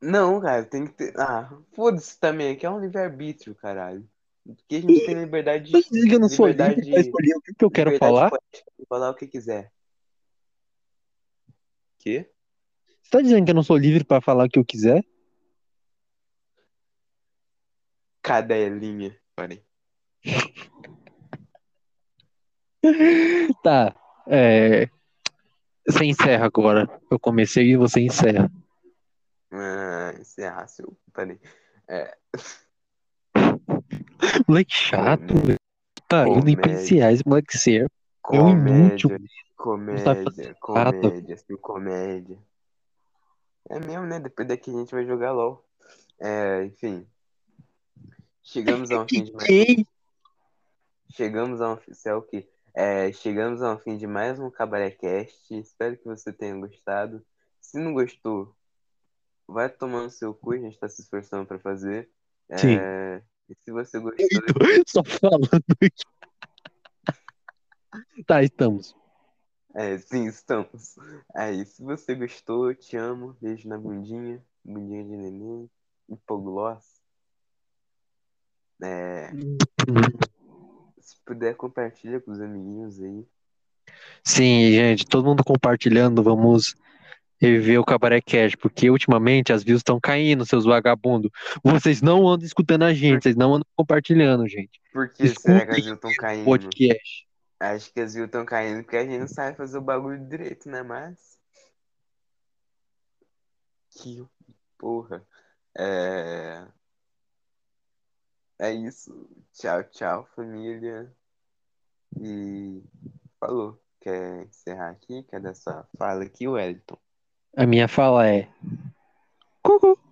[SPEAKER 2] Não, cara, tem que ter. Ah, foda-se também, aqui é um livre-arbítrio, caralho. Porque a gente tem liberdade,
[SPEAKER 1] Mas diz tá que eu não sou livre pra
[SPEAKER 2] liberdade,
[SPEAKER 1] escolher o que que eu quero
[SPEAKER 2] liberdade
[SPEAKER 1] falar.
[SPEAKER 2] poética de falar o que quiser. Quê?
[SPEAKER 1] Você tá dizendo que eu não sou livre pra falar o que eu quiser?
[SPEAKER 2] Cadelinha. Peraí.
[SPEAKER 1] Tá. É... Você encerra agora. Eu comecei e você encerra.
[SPEAKER 2] Ah, encerrar seu. Peraí. É,
[SPEAKER 1] Moleque chato,
[SPEAKER 2] comédia,
[SPEAKER 1] velho. Tá indo pra encerrar
[SPEAKER 2] comédia,
[SPEAKER 1] esse moleque ser. É um inútil.
[SPEAKER 2] comédia,
[SPEAKER 1] Não sabe fazer
[SPEAKER 2] comédia,
[SPEAKER 1] nada.
[SPEAKER 2] comédia, assim, comédia. É mesmo, né? Depois daqui a gente vai jogar LOL. É, enfim. Chegamos a um fim de mais.
[SPEAKER 1] Ei,
[SPEAKER 2] Chegamos a um, isso é o quê? É, chegamos a um fim de mais um Cabarecast. Espero que você tenha gostado. Se não gostou, vai tomar no seu cu, a gente está se esforçando para fazer.
[SPEAKER 1] Sim.
[SPEAKER 2] É, e se você gostou,
[SPEAKER 1] Só falando aqui. Tá, estamos.
[SPEAKER 2] é, sim, estamos. Aí, se você gostou, eu te amo. Beijo na bundinha, bundinha de neném, hipogloss. É, se puder, compartilha com os amiguinhos aí.
[SPEAKER 1] Sim, gente, todo mundo compartilhando. Vamos rever o Cabaré Cash, porque ultimamente as views estão caindo, seus vagabundos. Vocês não andam escutando a gente, vocês não andam compartilhando, gente.
[SPEAKER 2] Por que será que as
[SPEAKER 1] Escutem
[SPEAKER 2] views estão
[SPEAKER 1] o
[SPEAKER 2] caindo?
[SPEAKER 1] podcast.
[SPEAKER 2] Acho que as views estão caindo porque a gente não sabe fazer o bagulho direito, né? Mas. Que porra. É. É isso. Tchau, tchau, família. E. Falou. Quer encerrar aqui? Quer dar sua fala aqui, Wellington?
[SPEAKER 1] A minha fala é. Cucu.